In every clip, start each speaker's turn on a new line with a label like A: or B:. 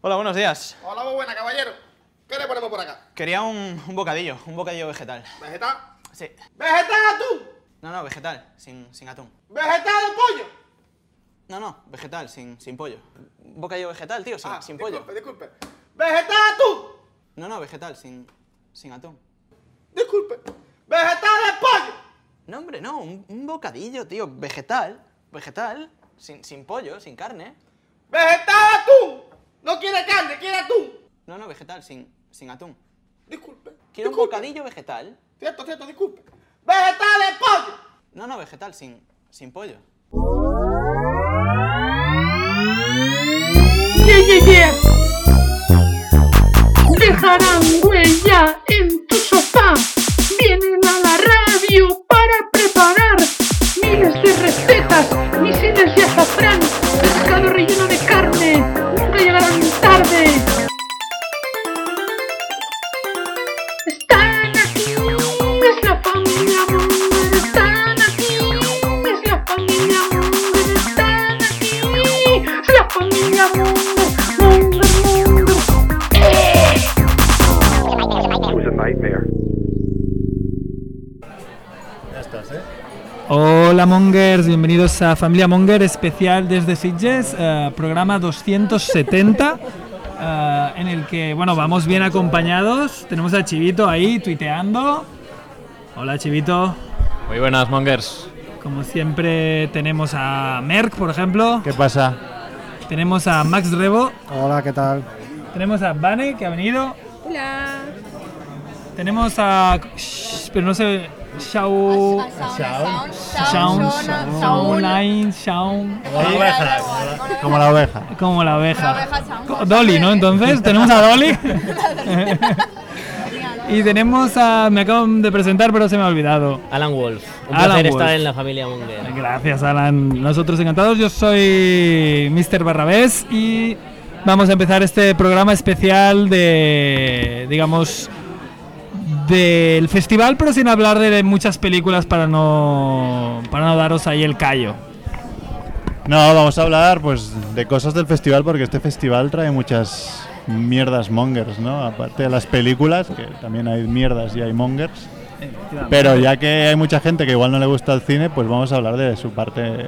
A: Hola, buenos días.
B: Hola, muy buena, caballero. ¿Qué le ponemos por acá?
A: Quería un, un bocadillo, un bocadillo vegetal.
B: ¿Vegetal?
A: Sí.
B: ¡Vegetal atún!
A: No, no, vegetal, sin, sin atún.
B: ¡Vegetal de pollo!
A: No, no, vegetal, sin, sin pollo. Un bocadillo vegetal, tío, sin,
B: Ah,
A: sin pollo.
B: disculpe, Disculpe, ¡Vegetal atún!
A: No, no, vegetal, sin, sin atún.
B: Disculpe. ¡Vegetal de pollo!
A: No, hombre, no, un, un bocadillo, tío, vegetal, vegetal, sin, sin pollo, sin carne.
B: ¡Vegetal atún! No quiere carne, quiere atún.
A: No, no, vegetal, sin, sin atún.
B: Disculpe.
A: Quiero un
B: disculpe.
A: bocadillo vegetal.
B: Cierto, cierto, disculpe. ¡Vegetal de pollo!
A: No, no, vegetal, sin, sin pollo.
C: Yeah, yeah, yeah. Dejarán huella en tu sofá. Vienen a la radio para preparar miles de recetas, misiles de azafrán, pescado relleno de carne. Nunca llegarán tarde. Están aquí, es la familia Munger. Están aquí, es la familia Munger. Están aquí, es la familia Munger. Munger, Munger.
D: It was a nightmare.
E: Hola Mongers, bienvenidos a Familia Monger especial desde Sitges, eh, programa 270, eh, en el que bueno vamos bien acompañados. Tenemos a Chivito ahí tuiteando. Hola Chivito,
F: Muy buenas, Mongers.
E: como siempre tenemos a Merck, por ejemplo.
G: ¿Qué pasa?
E: Tenemos a Max Rebo,
G: Hola, ¿qué tal?
E: tenemos a Vane que ha venido. Tenemos a, Shh, pero no sé, Shao,
H: Sound,
E: Shaun,
H: sound, sound, sound.
E: Shaun, Shaun.
G: Como la oveja. Como la oveja.
E: Como la oveja.
H: La oveja Sam.
E: Co- Dolly, ¿no? Entonces, tenemos a Dolly. y tenemos a. Me acabo de presentar, pero se me ha olvidado.
I: Alan Wolf. Un
E: Alan
I: placer
E: Wolf.
I: estar en la familia Munger.
E: Gracias, Alan. Nosotros encantados. Yo soy Mr. Barrabés y vamos a empezar este programa especial de. digamos. del festival, pero sin hablar de muchas películas para no. para no daros ahí el callo.
G: No, vamos a hablar pues de cosas del festival porque este festival trae muchas mierdas mongers, ¿no? Aparte de las películas, que también hay mierdas y hay mongers. Pero ya que hay mucha gente que igual no le gusta el cine, pues vamos a hablar de su parte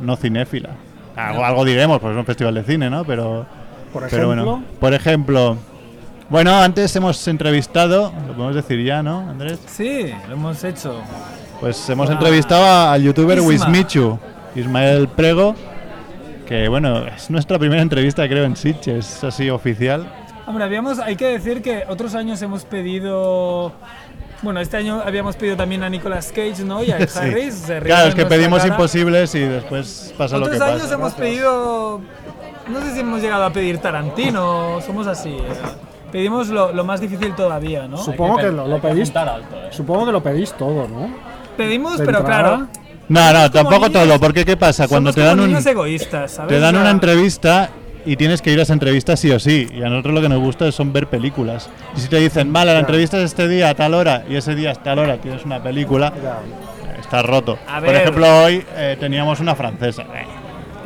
G: no cinéfila. Algo, algo diremos, porque es un festival de cine, ¿no? Pero,
J: Ah, Por
G: pero bueno,
J: ejemplo.
G: por ejemplo, bueno, antes hemos entrevistado, lo podemos decir ya, ¿no, Andrés?
E: Sí, lo hemos hecho.
G: Pues hemos entrevistado a- al youtuber
E: Isma.
G: Wismichu, Ismael Prego, que bueno, es nuestra primera entrevista creo en Sitges, así oficial.
E: Hombre, habíamos, hay que decir que otros años hemos pedido. Bueno, este año habíamos pedido también a Nicolas Cage, ¿no? Y a Ed
G: Sí.
E: Harris. se rieron
G: Claro, es
E: en
G: que
E: nuestra
G: pedimos
E: cara.
G: imposibles y después pasa lo
E: Otros
G: que
E: años
G: pasa.
E: hemos pedido. No sé si hemos llegado a pedir Tarantino, somos así. eh. Pedimos lo, lo más difícil todavía, ¿no?
J: Supongo que lo, lo pedís.
I: alto, eh.
J: Supongo que lo pedís todo, ¿no?
E: Pedimos,
J: de
E: pero claro.
J: entrada.
G: No, no,
E: somos como
G: tampoco
E: niños-
G: todo, porque ¿qué pasa? Cuando
E: somos
G: te
E: como
G: dan, un,
E: niños egoístas, ¿sabes?
G: te dan
E: O sea,
G: una entrevista y tienes que ir a esa entrevista sí o sí, y a nosotros lo que nos gusta son ver películas. Y si te dicen, vale, la entrevista es este día a tal hora, y ese día a tal hora tienes una película,
J: Ya.
G: está roto.
E: A
G: Por
E: ver.
G: ejemplo, hoy eh, teníamos una francesa.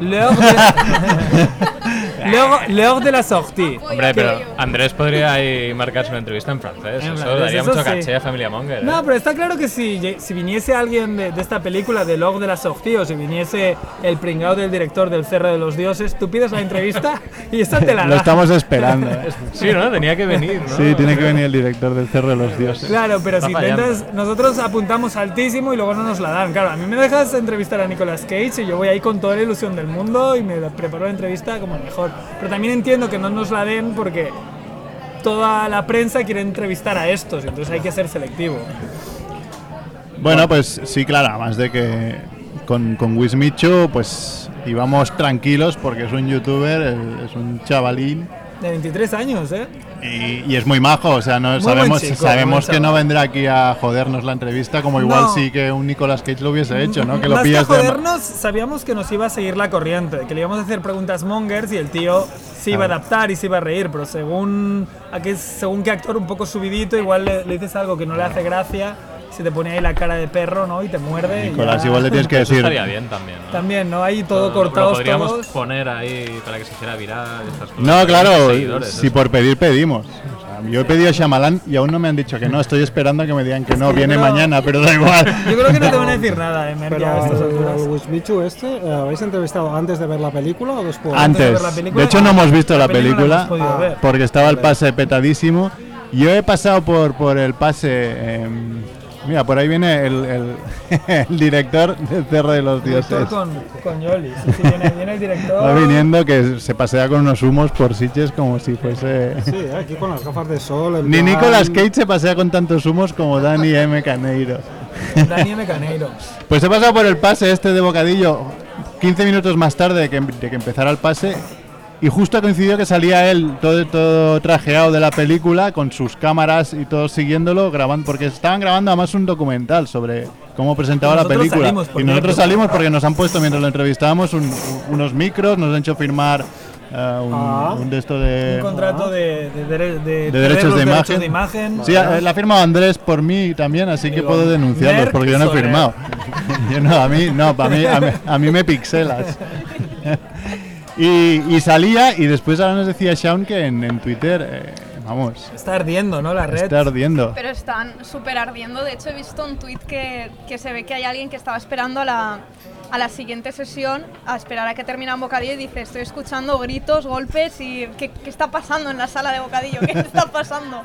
E: L'heure de, L'heure- l'heure de la sortie.
F: Hombre, pero Andrés podría ahí marcarse una entrevista en francés. Eso
E: En francés,
F: daría
E: pues eso
F: mucho
E: sí.
F: caché a Familia Monger.
E: No,
F: eh.
E: pero está claro que si, lle- si viniese alguien de, de esta película, de Log de la Sortie, o si viniese el pringao del director del Cerro de los Dioses, tú pides la entrevista y esta te la
G: Lo
E: da.
G: estamos esperando. ¿eh?
F: Sí, ¿no? Tenía que venir, ¿no?
G: Sí, tiene que venir el director del Cerro de los Dioses.
E: Claro, pero
F: Está
E: si
F: fallando.
E: intentas, nosotros apuntamos altísimo y luego no nos la dan. Claro, a mí me dejas entrevistar a Nicolas Cage y yo voy ahí con toda la ilusión del mundo y me la- preparo la entrevista como el mejor. Pero también entiendo que no nos la den porque toda la prensa quiere entrevistar a estos, entonces hay que ser selectivo.
G: Bueno, pues sí, claro, además de que con, con Wismichu, pues íbamos tranquilos porque es un youtuber, eh, es un chavalín
E: De 23 años, ¿eh?
G: y, y es muy majo. O sea, no,
E: Muy buen
G: sabemos,
E: chico,
G: sabemos
E: buen
G: que no
E: chaval.
G: vendrá aquí a jodernos la entrevista, como igual
E: No.
G: sí que un Nicolas Cage lo hubiese hecho, ¿no? Que lo
E: Más que
G: pillas de-
E: jodernos, sabíamos que nos iba a seguir la corriente, que le íbamos a hacer preguntas mongers y el tío se iba a
G: Claro.
E: adaptar y se iba a reír, pero según a qué, según qué actor un poco subidito, igual le, le dices algo que no le hace gracia se te pone ahí la cara de perro, ¿no? Y te muerde. y
G: Nicolás,
E: ya-
G: igual le tienes que
F: Eso
G: decir.
F: estaría bien también, ¿no?
E: También, ¿no? Ahí todo
F: Lo
E: cortado.
F: podríamos
E: todos.
F: poner ahí para que se hiciera viral. Estas cosas.
G: No, claro,
F: Seguidores,
G: si
F: eso.
G: por pedir pedimos. O sea, yo he pedido Shyamalan y aún no me han dicho que no. Estoy esperando que me digan que no. Viene
E: Pero-
G: mañana, pero da igual.
E: Yo creo que no te van a decir nada, eh, Mer,
B: Pero
E: ya a estas alturas.
B: al Wismichu este, eh, ¿habéis entrevistado antes de ver la película o después?
G: Antes. De hecho, no hemos visto la película
B: Ah,
G: porque estaba el pase petadísimo. Yo he pasado por, por el pase. eh, mira, por ahí viene el, el- el director del Cerro de los
E: Director
G: Dioses.
E: con, con Yoli. Sí, sí, viene, viene
G: Va
E: el director.
G: viniendo que se pasea con unos humos por sitches como si fuese.
B: Sí, eh, aquí con las gafas de sol. en
G: Ni
B: plan-
G: Nicolas Cage se pasea con tantos humos como Dani M. Caneiro.
E: Daniel Mecaneiro.
G: Pues he pasado por el pase este de bocadillo 15 minutos más tarde de que, de que empezara el pase y justo coincidió que salía él todo, todo trajeado de la película con sus cámaras y todos siguiéndolo grabando porque estaban grabando además un documental sobre cómo presentaba la
E: Nosotros
G: película
E: salimos, por
G: y nosotros
E: cierto.
G: salimos porque nos han puesto mientras lo entrevistábamos un- un- unos micros nos han hecho firmar eh, un,
E: Ah.
G: un de esto de
E: Un contrato de, de, dere- de
G: ¿Ah? de
E: ceder
G: derechos
E: los
G: de imagen.
E: Eh, derechos de imagen.
G: Sí, eh, la ha firmado Andrés por mí también, así que puedo denunciarlos
E: Merck
G: porque yo no he
E: Soler.
G: firmado. Yo no, a mí no, para mí, a, mí, a mí me pixelas. Y, y salía y después ahora nos decía Sean que en, en Twitter, eh, vamos,
E: Está ardiendo, ¿no? La red.
G: está ardiendo.
K: Pero están súper ardiendo. De hecho, he visto un tuit que, que se ve que hay alguien que estaba esperando a la, a la siguiente sesión, a esperar a que terminara Bocadillo, y dice, estoy escuchando gritos, golpes y ¿qué, qué está pasando en la sala de Bocadillo? ¿Qué está pasando?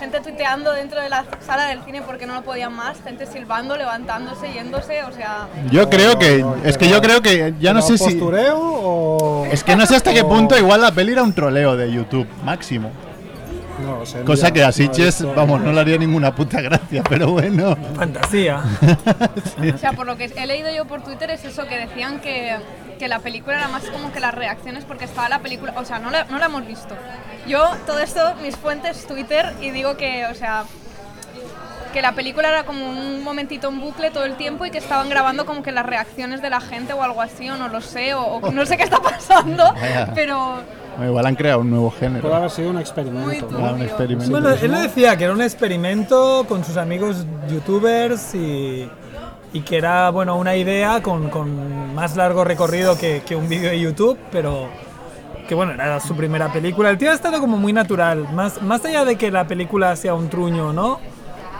K: Gente tuiteando dentro de la sala del cine porque no lo podían más, gente silbando, levantándose, yéndose, o sea...
G: Yo creo que, es que yo creo que, ya no sé si...
B: ¿Postureo o.?
G: Es que no sé hasta qué punto igual la peli era un troleo de YouTube, máximo.
B: No, o sea,
G: Cosa
B: mira,
G: que
B: no
G: a
B: he
G: Sitges,
B: visto.
G: vamos, no le haría ninguna puta gracia, pero bueno.
E: Fantasía.
K: O sea, por lo que he leído yo por Twitter es eso, que decían que, que la película era más como que las reacciones porque estaba la película, o sea, no la, no la hemos visto. Yo, todo esto, mis fuentes Twitter y digo que, o sea, que la película era como un momentito en bucle todo el tiempo y que estaban grabando como que las reacciones de la gente o algo así, o no lo sé, o, o no sé qué está pasando,
G: Vaya.
K: pero
G: Igual han creado un nuevo
B: Puede
G: género.
B: haber sido un experimento.
G: Era un experimento.
E: Bueno, él lo decía que era un experimento con sus amigos youtubers y, y que era bueno una idea con, con más largo recorrido que, que un vídeo de YouTube, pero que bueno, era su primera película. El tío ha estado como muy natural, más, más allá de que la película sea un truño, ¿no?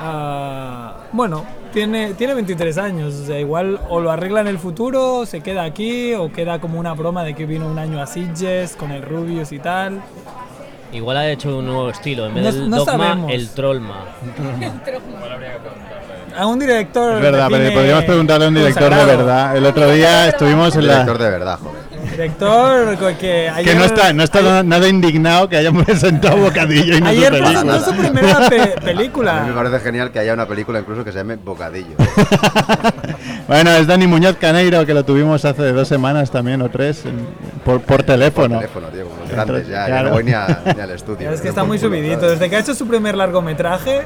E: Ah, bueno, tiene, tiene 23 años, o sea, igual o lo arregla en el futuro, o se queda aquí, o queda como una broma de que vino un año a Sitges con el Rubius y tal.
I: Igual ha hecho un nuevo estilo. En vez
E: No-
I: del
E: no
I: dogma,
E: sabemos.
I: el trollma.
E: A un director.
G: Es verdad,
E: de
G: pero
E: cine
G: podríamos preguntarle a un director de
E: consagrado.
G: verdad. El otro día estuvimos en la...
L: Director de verdad, joven.
E: Director co- que ayer.
G: Que no está, no está nada indignado que hayan presentado Bocadillo y no
E: Ayer
G: su película.
E: presentó su primera pe- película.
L: A mí me parece genial que haya una película incluso que se llame Bocadillo.
G: Bueno, es Dani Muñoz Caneiro, que lo tuvimos hace dos semanas también, o tres, en- por, por teléfono.
L: Por teléfono, tío, como los
G: Entonces,
L: grandes ya.
G: claro.
L: Ya no voy ni, a- ni al estudio.
E: Es que está muy subidito. Desde que ha hecho su primer largometraje,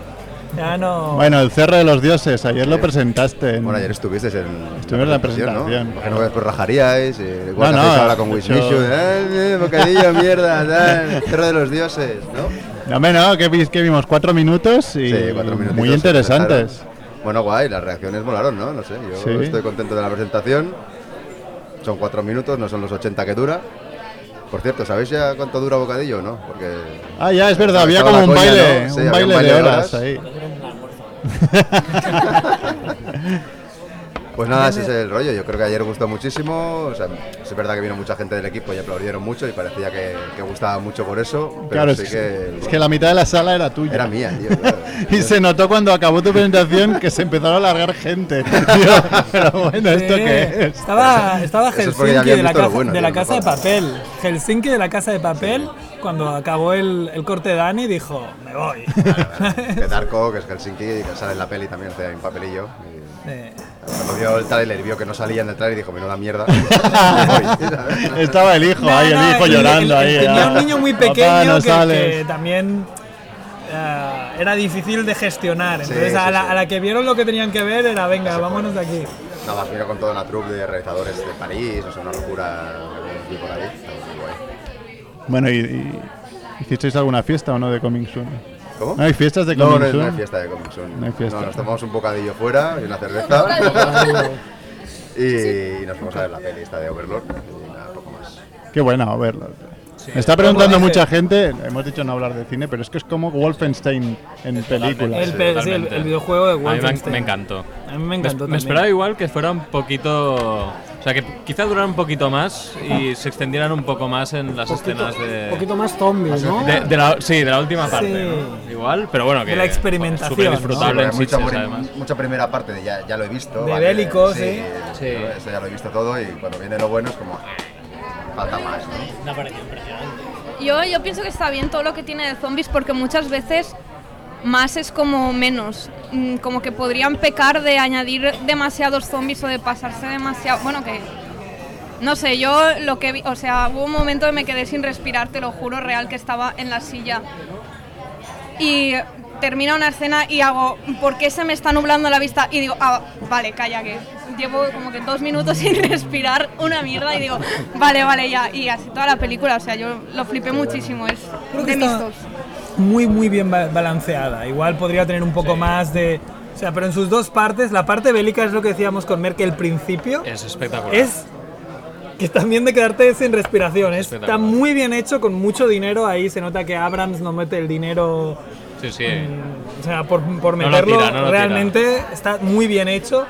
E: ya no.
G: Bueno, El Cerro de los Dioses, ayer lo presentaste. en-
L: Bueno, ayer estuvisteis en
G: Estuvimos en la presentación.
L: ¿no? Imagino que después rajaríais, eh, igual
G: No,
L: que hacéis
G: no,
L: ahora con
G: de
L: Wish
G: hecho-
L: Mission, eh, eh, bocadillo, mierda, tal, cerro de los dioses, ¿no?
G: No, hombre, no, que, vi- que vimos cuatro minutos y
L: Sí, cuatro minutitos
G: muy
L: se
G: interesantes.
L: presentaron. Bueno, guay, las reacciones molaron, ¿no? No sé, yo
G: Sí.
L: estoy contento de la presentación. Son cuatro minutos, no son los 80 que dura. Por cierto, ¿sabéis ya cuánto dura bocadillo o no? Porque
G: Ah, ya, es verdad, había
L: Estaba
G: como un
L: la coña,
G: baile,
L: ¿no? Sí,
G: un
L: había
G: baile de horas ahí.
L: Pues nada, ese es el rollo. Yo creo que ayer gustó muchísimo. O sea, es verdad que vino mucha gente del equipo y aplaudieron mucho y parecía que, que gustaba mucho por eso. Pero
G: Claro,
L: sí
G: es,
L: que,
G: es que la mitad de la sala era tuya.
L: Era mía, tío. claro.
G: Y se notó cuando acabó tu presentación que se empezaron a largar gente. tío. Pero bueno, ¿esto
E: Sí.
G: qué es?
E: Estaba, estaba
G: Eso es
E: Helsinki
G: porque ya habían
E: de la,
G: visto lo
E: casa,
G: bueno,
E: de
G: ya
E: la
G: no
E: casa de
G: pasa.
E: papel. Helsinki de la casa de papel, cuando acabó el, el corte de Dani, dijo: Me voy.
L: Que Darko, que es Helsinki, que sale en la peli también, hace un papelillo. Y
E: Eh,
L: Cuando vio el trailer, vio que no salía en el trailer y dijo, menuda mierda.
G: Estaba el hijo
E: No,
G: ahí,
E: no,
G: el hijo
E: y
G: llorando
E: el-
G: ahí.
E: el- tenía
G: ah,
E: un niño muy
G: "Papá,
E: pequeño
G: no
E: que,
G: sales".
E: que también ah, era difícil de gestionar.
L: Sí,
E: Entonces, a,
L: sí,
E: la,
L: sí.
E: a la que vieron lo que tenían que ver era: Venga, vámonos de aquí.
L: Nada más vino con toda una troupe de realizadores de París, o sea, una locura. algún tipo por ahí. Está muy guay.
G: Bueno, y, y- ¿hicisteis alguna fiesta o no de Coming Soon?
L: ¿Cómo?
G: ¿No hay fiestas de
L: No,
G: Coming
L: no, hay- no hay
G: Soon?
L: fiesta de Coming Soon.
G: No hay fiesta.
L: nos tomamos un bocadillo fuera y una cerveza. y, nos vamos a ver la peli esta de Overlord. Y nada, poco más.
G: Qué buena, Overlord.
L: Sí.
G: Me está preguntando
L: Como dice-
G: mucha gente, hemos dicho no hablar de cine, pero es que es como Wolfenstein en película.
E: El pe- sí, el- el videojuego de
F: A mí me-
E: Wolfenstein.
F: me, encantó.
E: A mí me encantó
F: Me
E: también.
F: esperaba igual que fuera un poquito. O sea, que quizá durara un poquito más y se extendieran un poco más en las escenas de.
B: Un poquito más zombies, ¿no?
F: Eh, de- de la- sí, de la última parte.
B: Sí.
F: ¿no? Igual, pero bueno, que. Súper disfrutable en
L: Sí, porque hay
F: Sitges,
L: mucha,
F: además.
L: mucha primera parte de ya, ya lo he visto.
F: De
L: vale,
F: bélicos,
L: sí.
F: ¿eh?
L: sí. Eso ya lo he visto todo y cuando viene lo bueno es como. "Ah, Falta más.
I: Una aparición impresionante.
K: Yo, yo pienso que está bien todo lo que tiene de zombies porque muchas veces más es como menos. Mm, Como que podrían pecar de añadir demasiados zombies o de pasarse demasiado. Bueno, que. No sé, yo lo que vi. O sea, hubo un momento que me quedé sin respirar, te lo juro, real, que estaba en la silla. Y termina una escena y hago, ¿por qué se me está nublando la vista? Y digo, ah, vale, calla, que llevo como que dos minutos sin respirar una mierda. Y digo, vale, vale, ya. Y así toda la película, o sea, yo lo flipé muchísimo. Es de mis tops.
E: muy muy bien ba- balanceada. Igual podría tener un poco más de, o sea, pero en sus dos partes, la parte bélica es lo que decíamos con Merkel al principio,
F: Es espectacular.
E: es que también de quedarte sin respiración. Está
F: Espectacular.
E: muy bien hecho con mucho dinero ahí, se nota que Abrams no mete el dinero
F: Sí, sí.
E: o sea, por, por
F: No lo
E: meterlo,
F: tira, no lo
E: realmente está muy bien hecho.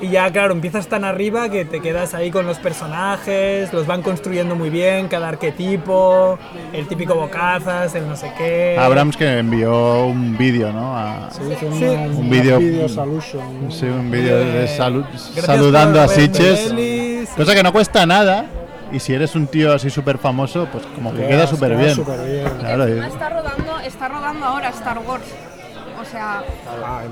E: Y ya, claro, empiezas tan arriba que te quedas ahí con los personajes, los van construyendo muy bien, cada arquetipo, el típico bocazas, el no sé qué.
G: Abrams que envió un vídeo, ¿no? A-
E: Sí.
G: Un vídeo. mm,
B: Videos Alusion.
G: Sí, un vídeo de salu-
B: gracias
G: saludando
B: por
G: a
B: verme,
G: Sitches.
B: Eli, sí.
G: Cosa que no cuesta nada. Y si eres un tío así súper famoso, pues como que
B: Queda-
G: queda súper
B: queda
G: bien.
B: superbién.
G: Claro, y-
K: Encima Ah, está rodando, está rodando ahora Star Wars. O sea,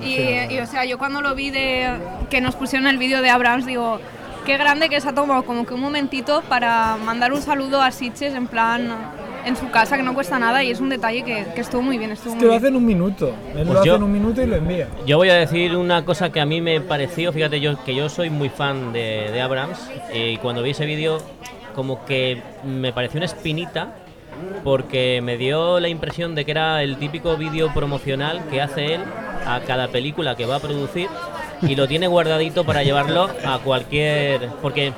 K: y, y, o sea, yo cuando lo vi de que nos pusieron el vídeo de Abrams, digo, qué grande que se ha tomado como que un momentito para mandar un saludo a Sitches en plan en su casa, que no cuesta nada y es un detalle que, que estuvo muy bien, estuvo
E: Es
K: muy
E: que lo
K: bien.
E: hace en un minuto. Él
I: Pues
E: lo hace
I: yo-
E: en un minuto y lo envía.
I: Yo voy a decir una cosa que a mí me pareció, fíjate, yo que yo soy muy fan de, de Abrams eh, y cuando vi ese vídeo como que me pareció una espinita porque me dio la impresión de que era el típico vídeo promocional que hace él a cada película que va a producir y lo tiene guardadito para llevarlo a cualquier... porque...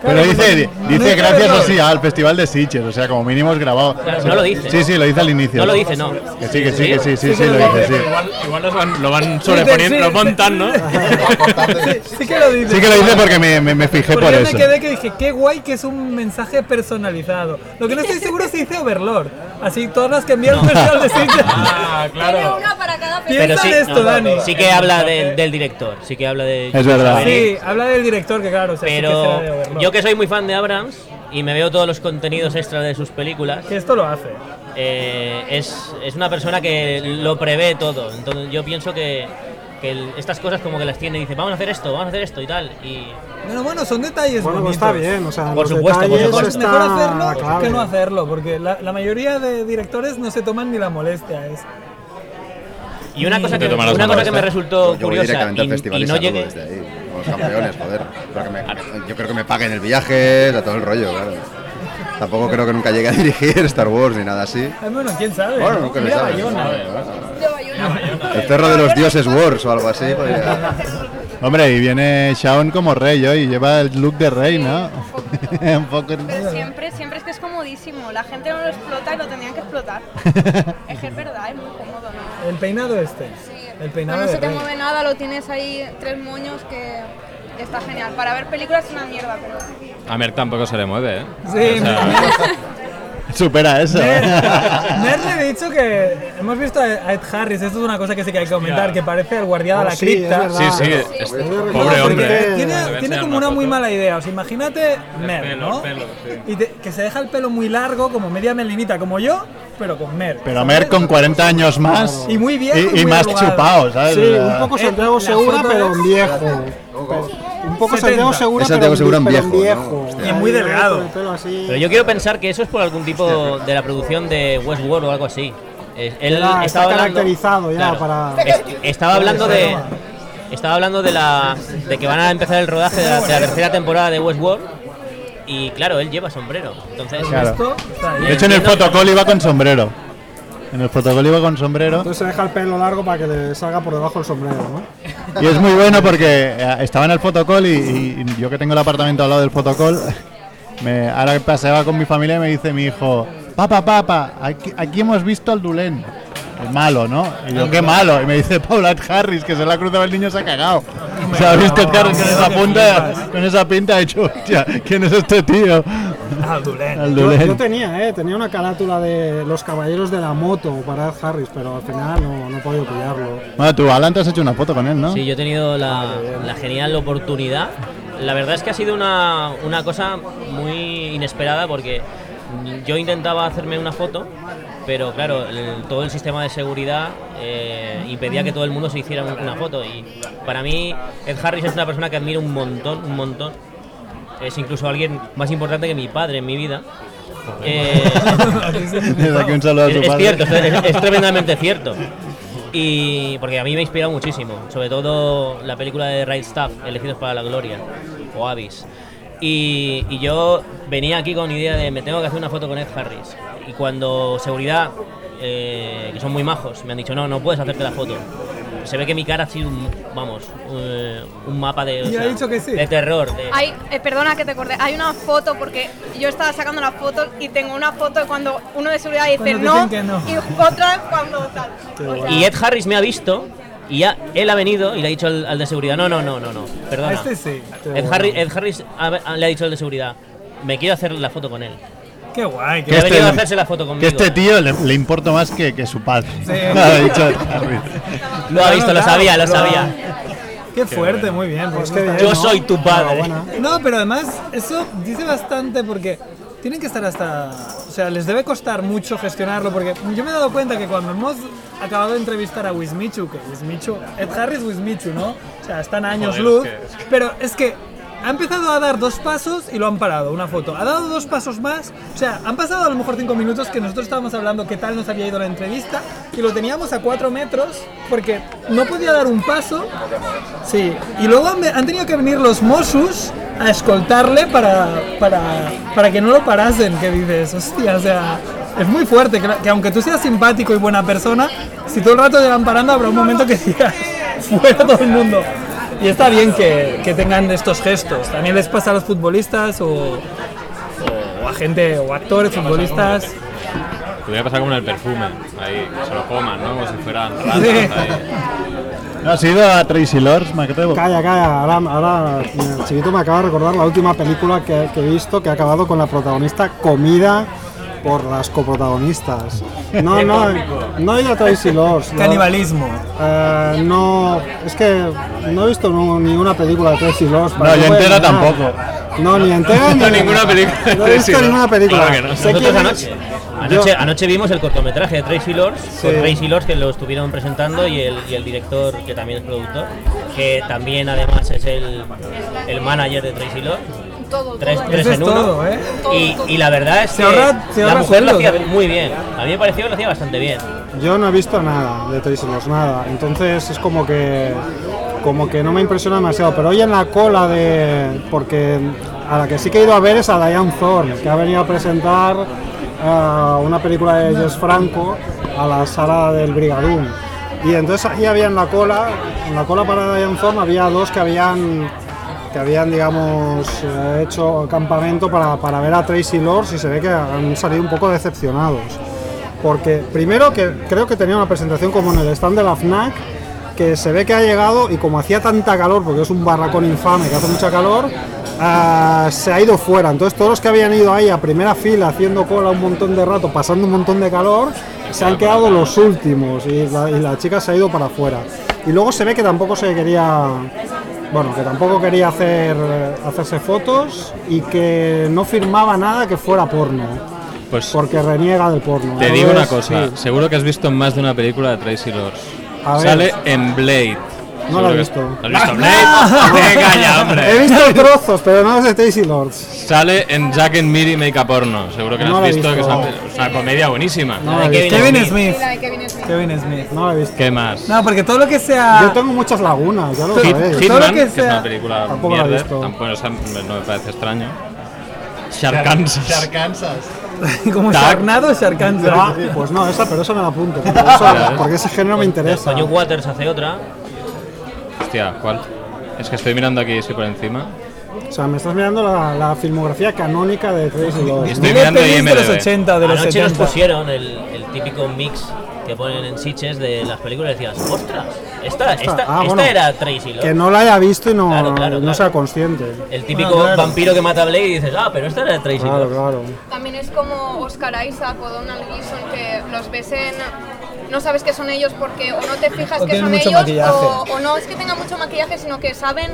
G: Pero dice,
I: no
G: dice
I: es
G: gracias
I: verdad.
G: así al festival de Sitges, o sea, como mínimo es grabado.
I: Claro, no lo dice.
G: Sí, sí, lo dice al inicio.
I: No lo dice, no.
G: Que sí, que sí, que sí, sí, sí, lo dice, sí.
F: Igual, igual los van, lo van
E: Sí,
F: sobreponiendo,
E: sí,
F: lo montan, ¿no?
E: Sí que lo dice.
G: Sí que lo dice porque me, me- me fijé
E: Porque
G: por
E: yo
G: eso.
E: me quedé que dije, qué guay que es un mensaje personalizado. Lo que no estoy seguro es si dice Overlord. Así todas las que envía el personal de Sitges.
F: Ah,
I: claro.
E: Piensa en esto,
I: no,
E: Dani.
I: sí que habla del, del director, sí que habla de...
G: Es verdad.
E: Sí, habla del director, que claro, o sea, sí que será de
I: Pero
E: Overlord.
I: yo que soy muy fan de Abrams y me veo todos los contenidos extra de sus películas,
E: Que esto lo hace.
I: eh, es, es una persona que lo prevé todo. Entonces yo pienso que, que el- estas cosas como que las tiene y dice, vamos a hacer esto, vamos a hacer esto y tal. Y
E: Bueno, bueno, son detalles
B: Bueno, pues
E: bonitos.
B: está bien, o sea,
I: Por
B: los
I: supuesto, por
B: detalles
I: supuesto.
E: Es mejor
B: está
E: hacerlo
B: clave.
E: que no hacerlo, porque la, la mayoría de directores no se toman ni la molestia. Es,
I: Y una cosa
E: Te
I: que,
E: tomarás
I: una
E: una
I: cosa que me
E: molestia.
I: resultó
L: Yo voy
I: curiosa
L: directamente al
I: y,
L: festival
I: y
L: y,
I: no
L: saludo
I: llegué,
L: desde ahí. Los campeones, joder. Espero que me- yo creo que me paguen el viaje, da todo el rollo, claro. Tampoco creo que nunca llegue a dirigir Star Wars ni nada así.
E: Ah, bueno, quién sabe.
L: Bueno,
E: ¿no?
L: nunca se
E: Mira,
L: sabe.
E: Bayona.
L: El perro de los dioses Wars o algo así. podría-
G: Hombre, y viene Shawn como rey hoy, lleva el look de rey, ¿no? Un poco.
K: Pero siempre, siempre es que es comodísimo. La gente no lo explota y lo tendrían que explotar. es que es verdad, es muy cómodo, ¿no?
E: El peinado este. El peinado
K: No, no
E: de
K: se te
E: Rey.
K: mueve nada, lo tienes ahí tres moños que que está genial. Para ver películas es una mierda, pero.
F: A Merck tampoco se le mueve, ¿eh?
E: Sí,
F: O sea,
G: Supera eso. ¿eh?
E: Mer le he dicho que hemos visto a Ed Harris, esto es una cosa que sí que hay que comentar, que parece el guardián de
F: Oh,
E: la
F: sí,
E: cripta.
F: es verdad. Sí, sí, es- pobre hombre,
E: Porque
F: ¿eh? Te
E: Tiene,
F: voy a
E: tiene
F: enseñar
E: como
F: una
E: una muy
F: foto.
E: mala idea, o sea, imagínate
F: El
E: Mer,
F: pelo,
E: ¿no?
F: el pelo,
E: Y te- que se deja el pelo muy largo, como media melinita, como yo, pero con Mer.
G: Pero Mer con 40 años más.
E: Y muy viejo
G: Y,
E: y
G: y
E: muy
G: más
E: arrugado.
G: chupado, ¿sabes?
E: Sí,
G: O sea,
B: Un poco
E: Eh,
B: Santiago
E: la
B: Segura,
E: foto
B: pero
E: es-
B: en viejo. Un poco
E: 70.
B: Santiago Segura,
L: Es Santiago
B: pero
L: Segura en
B: pero
L: viejo, ¿no?
B: viejo.
L: Hostia. Y es
E: muy delgado.
B: El pelo así.
I: pero yo quiero pensar que eso es por algún tipo de la producción de Westworld o algo así. Eh, Él
B: Ya, está
I: estaba hablando-
B: caracterizado ya para-
I: Es- estaba hablando
B: Para
I: de
B: esa
I: estaba hablando de la de que van a empezar el rodaje de la, de la tercera temporada de Westworld y claro, él lleva sombrero. Entonces,
G: Claro.
E: Esto,
G: De hecho, en el
I: Entiendo-
G: fotocall iba con sombrero. En el protocolo iba con sombrero.
B: Entonces se deja el pelo largo para que le salga por debajo el sombrero, ¿no?
G: Y es muy bueno porque eh, estaba en el fotocall y, y- y yo que tengo el apartamento al lado del fotocall, me, ahora paseaba con mi familia y me dice mi hijo, papá, papá, aquí, aquí hemos visto al Dulén. El malo, ¿no? Y yo, qué malo. Y me dice Paulette Harris, que se la ha cruzado el niño, se ha cagado. O sea, ¿viste el Harris con esa punta, con esa pinta? Ha hecho, hostia, ¿quién es este tío?
E: Al Dulén.
G: Al
B: Yo,
G: Dulén.
B: yo tenía, eh, tenía una carátula de los caballeros de la moto para Ed Harris, pero al final no, no he podido pillarlo.
G: Bueno, tú, Alan, te has hecho una foto con él, ¿no?
I: Sí, yo he tenido la, la genial oportunidad. La verdad es que ha sido una, una cosa muy inesperada porque yo intentaba hacerme una foto, pero claro, el- todo el sistema de seguridad eh, impedía que todo el mundo se hiciera un- una foto. Y para mí, Ed Harris es una persona que admiro un montón, un montón. Es incluso alguien más importante que mi padre en mi vida. Eh,
G: Desde aquí un saludo a tu
I: es, es
G: padre.
I: cierto, es- es tremendamente cierto. Y porque a mí me ha inspirado muchísimo, sobre todo la película de Right Stuff, Elegidos para la Gloria, o Avis. Y, y yo venía aquí con idea de me tengo que hacer una foto con Ed Harris. Y cuando seguridad, eh, que son muy majos, me han dicho no, no puedes hacerte la foto. Se ve que mi cara ha sido un, vamos, eh, un mapa de, o
E: Y ha
I: sea,
E: dicho que sí. Ah,
I: de terror. de-
K: Hay, eh, perdona que te corté, hay una foto porque yo estaba sacando una foto y tengo una foto de cuando uno de seguridad dice
E: Cuando
K: no,
E: dicen que no.
K: y otra cuando tal. O sea,
I: Y Ed Harris me ha visto y ya él ha venido y le ha dicho al, al de seguridad, no, no, no, no, no, perdona.
E: A este sí. Qué
I: Ed
E: bueno.
I: Harris, Ed Harris ha- ha- le ha dicho al de seguridad, me quiero hacer la foto con él.
E: Qué guay,
I: Que ha venido a hacerse la foto
G: Este que
I: conmigo.
G: este tío le, le importa más que, que su padre. Ha dicho Harris.
I: Lo ha visto, lo sabía, lo
E: Lo-
I: sabía.
E: Qué
G: Qué
E: fuerte,
G: bueno.
E: muy bien. pues
B: qué
E: no está-
I: Yo soy tu padre.
E: No, pero además eso dice bastante porque tienen que estar hasta... O sea, les debe costar mucho gestionarlo porque yo me he dado cuenta que cuando hemos acabado de entrevistar a Wismichu, que Wismichu, Ed Harris Wismichu, ¿no? O sea, están a años
I: Joder,
E: luz,
I: es que- es
E: pero es que ha empezado a dar dos pasos y lo han parado, una foto. Ha dado dos pasos más, o sea, han pasado a lo mejor cinco minutos que nosotros estábamos hablando qué tal nos había ido la entrevista y lo teníamos a cuatro metros porque no podía dar un paso Sí, y luego han, han tenido que venir los Mossus a escoltarle para, para, para que no lo parasen, que dices, hostia, o sea, es muy fuerte, que, que aunque tú seas simpático y buena persona, si todo el rato te van parando habrá un momento que digas, fuera todo el mundo. Y está bien que, que tengan estos gestos, también les pasa a los futbolistas o, o a gente, o actores, futbolistas.
F: Te voy a pasar como en el perfume. Ahí, que se lo coman, ¿no? Como si fueran ratas.
E: Sí.
F: Ahí.
G: ¿No has ido a Tracy Lords, Macrebo?
B: Calla, calla, ahora, ahora el chiquito me acaba de recordar la última película que, que he visto que ha acabado con la protagonista comida por las coprotagonistas. No,
E: Qué
B: no,
E: cómico.
B: no he ido a Tracy Lords. no.
E: Canibalismo.
B: Eh, no, es que no he visto nu- ni una película de Tracy Lords.
G: No, yo
B: yo
G: entera tampoco.
B: No, ni entera ni No he visto ninguna película. Sé
I: Nosotros
B: quién
I: anoche,
B: Yo-
I: anoche, anoche vimos el cortometraje de Tracy Lords, con
B: Sí.
I: Tracy Lords que lo estuvieron presentando y el, y el director que también es productor, que también además es el, el manager de Tracy Lords. Tres, tres
E: Eso es
I: en uno.
E: todo, ¿eh?
I: y, y la verdad es que
E: Se ahorra- se
I: la
E: ahorra
I: mujer lo
E: sueldo,
I: hacía
E: ¿eh?
I: muy bien. A mí me pareció que lo hacía bastante bien.
B: Yo no he visto nada de Tracy Lords, nada. Entonces es como que, como que no me impresiona demasiado. Pero hoy en la cola de. Porque a la que sí que he ido a ver es a Diane Thorne, que ha venido a presentar ah, una película de Jess Franco a la sala del Brigadón. Y entonces ahí había en la cola, en la cola para Diane Thorne había dos que habían que habían, digamos, eh, hecho campamento para, para ver a Tracy Lords y se ve que han salido un poco decepcionados. Porque primero que creo que tenía una presentación como en el stand de la FNAC, que se ve que ha llegado y como hacía tanta calor, porque es un barracón infame que hace mucha calor, ah, se ha ido fuera. Entonces todos los que habían ido ahí a primera fila haciendo cola un montón de rato, pasando un montón de calor, se han quedado los últimos y la, y la chica se ha ido para afuera. Y luego se ve que tampoco se quería bueno, que tampoco quería hacer, hacerse fotos y que no firmaba nada que fuera porno.
F: Pues
B: porque reniega del porno.
F: Te
B: Algo
F: digo una
B: es-
F: cosa,
B: sí.
F: seguro que has visto más de una película de Tracy Lords.
B: A ver.
F: Sale en Blade.
B: No la he
F: Seguro que-
B: visto.
F: ¿Has visto Blade? Venga ya, hombre.
B: He visto trozos, pero no es de Tracy Lords.
F: Sale en Jack and Miri Make a Porno. Seguro que
B: No
F: la
B: la he
F: has visto, que es
B: visto.
F: una, es una comedia buenísima.
B: No la he visto.
E: Ah, Kevin Smith.
K: la de Kevin Smith.
E: Kevin Smith.
B: No la he visto.
F: ¿Qué más?
E: No, porque todo lo que sea...
B: Yo tengo muchas lagunas, ya lo
E: Hit-
B: sabéis.
E: Todo lo
F: Hitman,
E: que
F: que, es
E: sea-
F: una película
B: Tampoco la he
F: mierda. ¿eh?
B: visto.
F: Tampoco o sea, no me parece extraño. Sharkansas.
G: Arkansas.
E: Como
B: Tac.
E: Sharknado o Sharkando.
B: Ah, pues no, esa, pero esa me la apunto. Porque, eso- porque ese género me interesa.
I: Español Waters hace otra.
F: Hostia, ¿cuál? Es que estoy mirando aquí, estoy por encima.
B: O sea, me estás mirando la, la filmografía canónica de Crazy Lord.
F: Estoy mirando IMDb.
I: Anoche nos pusieron el, el típico mix que ponen en Sitches de las películas y decías, ostras, esta, esta,
B: Ah,
I: esta
B: bueno.
I: era Tracy Lord.
B: Que no la haya visto y no, no sea consciente.
I: El típico
E: Ah,
I: vampiro que mata a Blade y dices, ah, pero esta era Tracy
B: Claro,
I: Lord.
B: claro.
K: También es como Oscar Isaac o Donald Gleason que los ves en... No sabes que son ellos porque o no te fijas
E: O
K: que
E: tienen
K: son
E: mucho
K: ellos
E: maquillaje.
K: o, o no es que tengan mucho maquillaje, sino que saben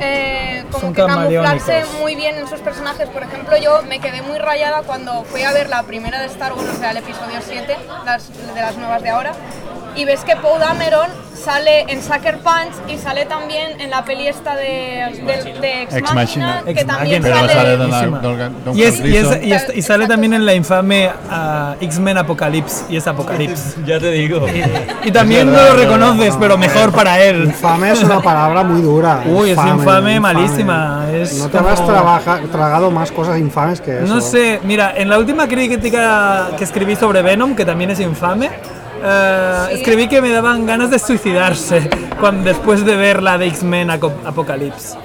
K: eh, como
E: Son
K: que camuflarse
E: camaleónicos.
K: muy bien en sus personajes. Por ejemplo, yo me quedé muy rayada cuando fui a ver la primera de Star Wars, o sea, el episodio 7, las- de las nuevas de ahora, y ves que Poe Dameron sale en Sucker Punch y sale también en la peli esta de, de, de Ex,
G: Ex Machina.
K: Machina, que también
G: Pero
K: sale...
G: sale Donald-
E: Buenísima.
G: Donald- Donald
E: Y, es- y es-
G: Gleason.
E: y es- y sale también en la infame ah, X-Men Apocalypse. Y es Apocalypse.
I: ya te digo.
E: Y, también
B: Es
E: no lo
B: verdad,
E: reconoces, pero mejor para él.
B: Infame es una palabra muy dura.
E: Uy, es infame, malísima, es
B: no te habrás
E: como-
B: trabaja- tragado más cosas infames que eso.
E: No sé, mira, en la última crítica que escribí sobre Venom, que también es infame, eh, escribí que me daban ganas de suicidarse cuando, después de ver la de X-Men Aco- Apocalypse.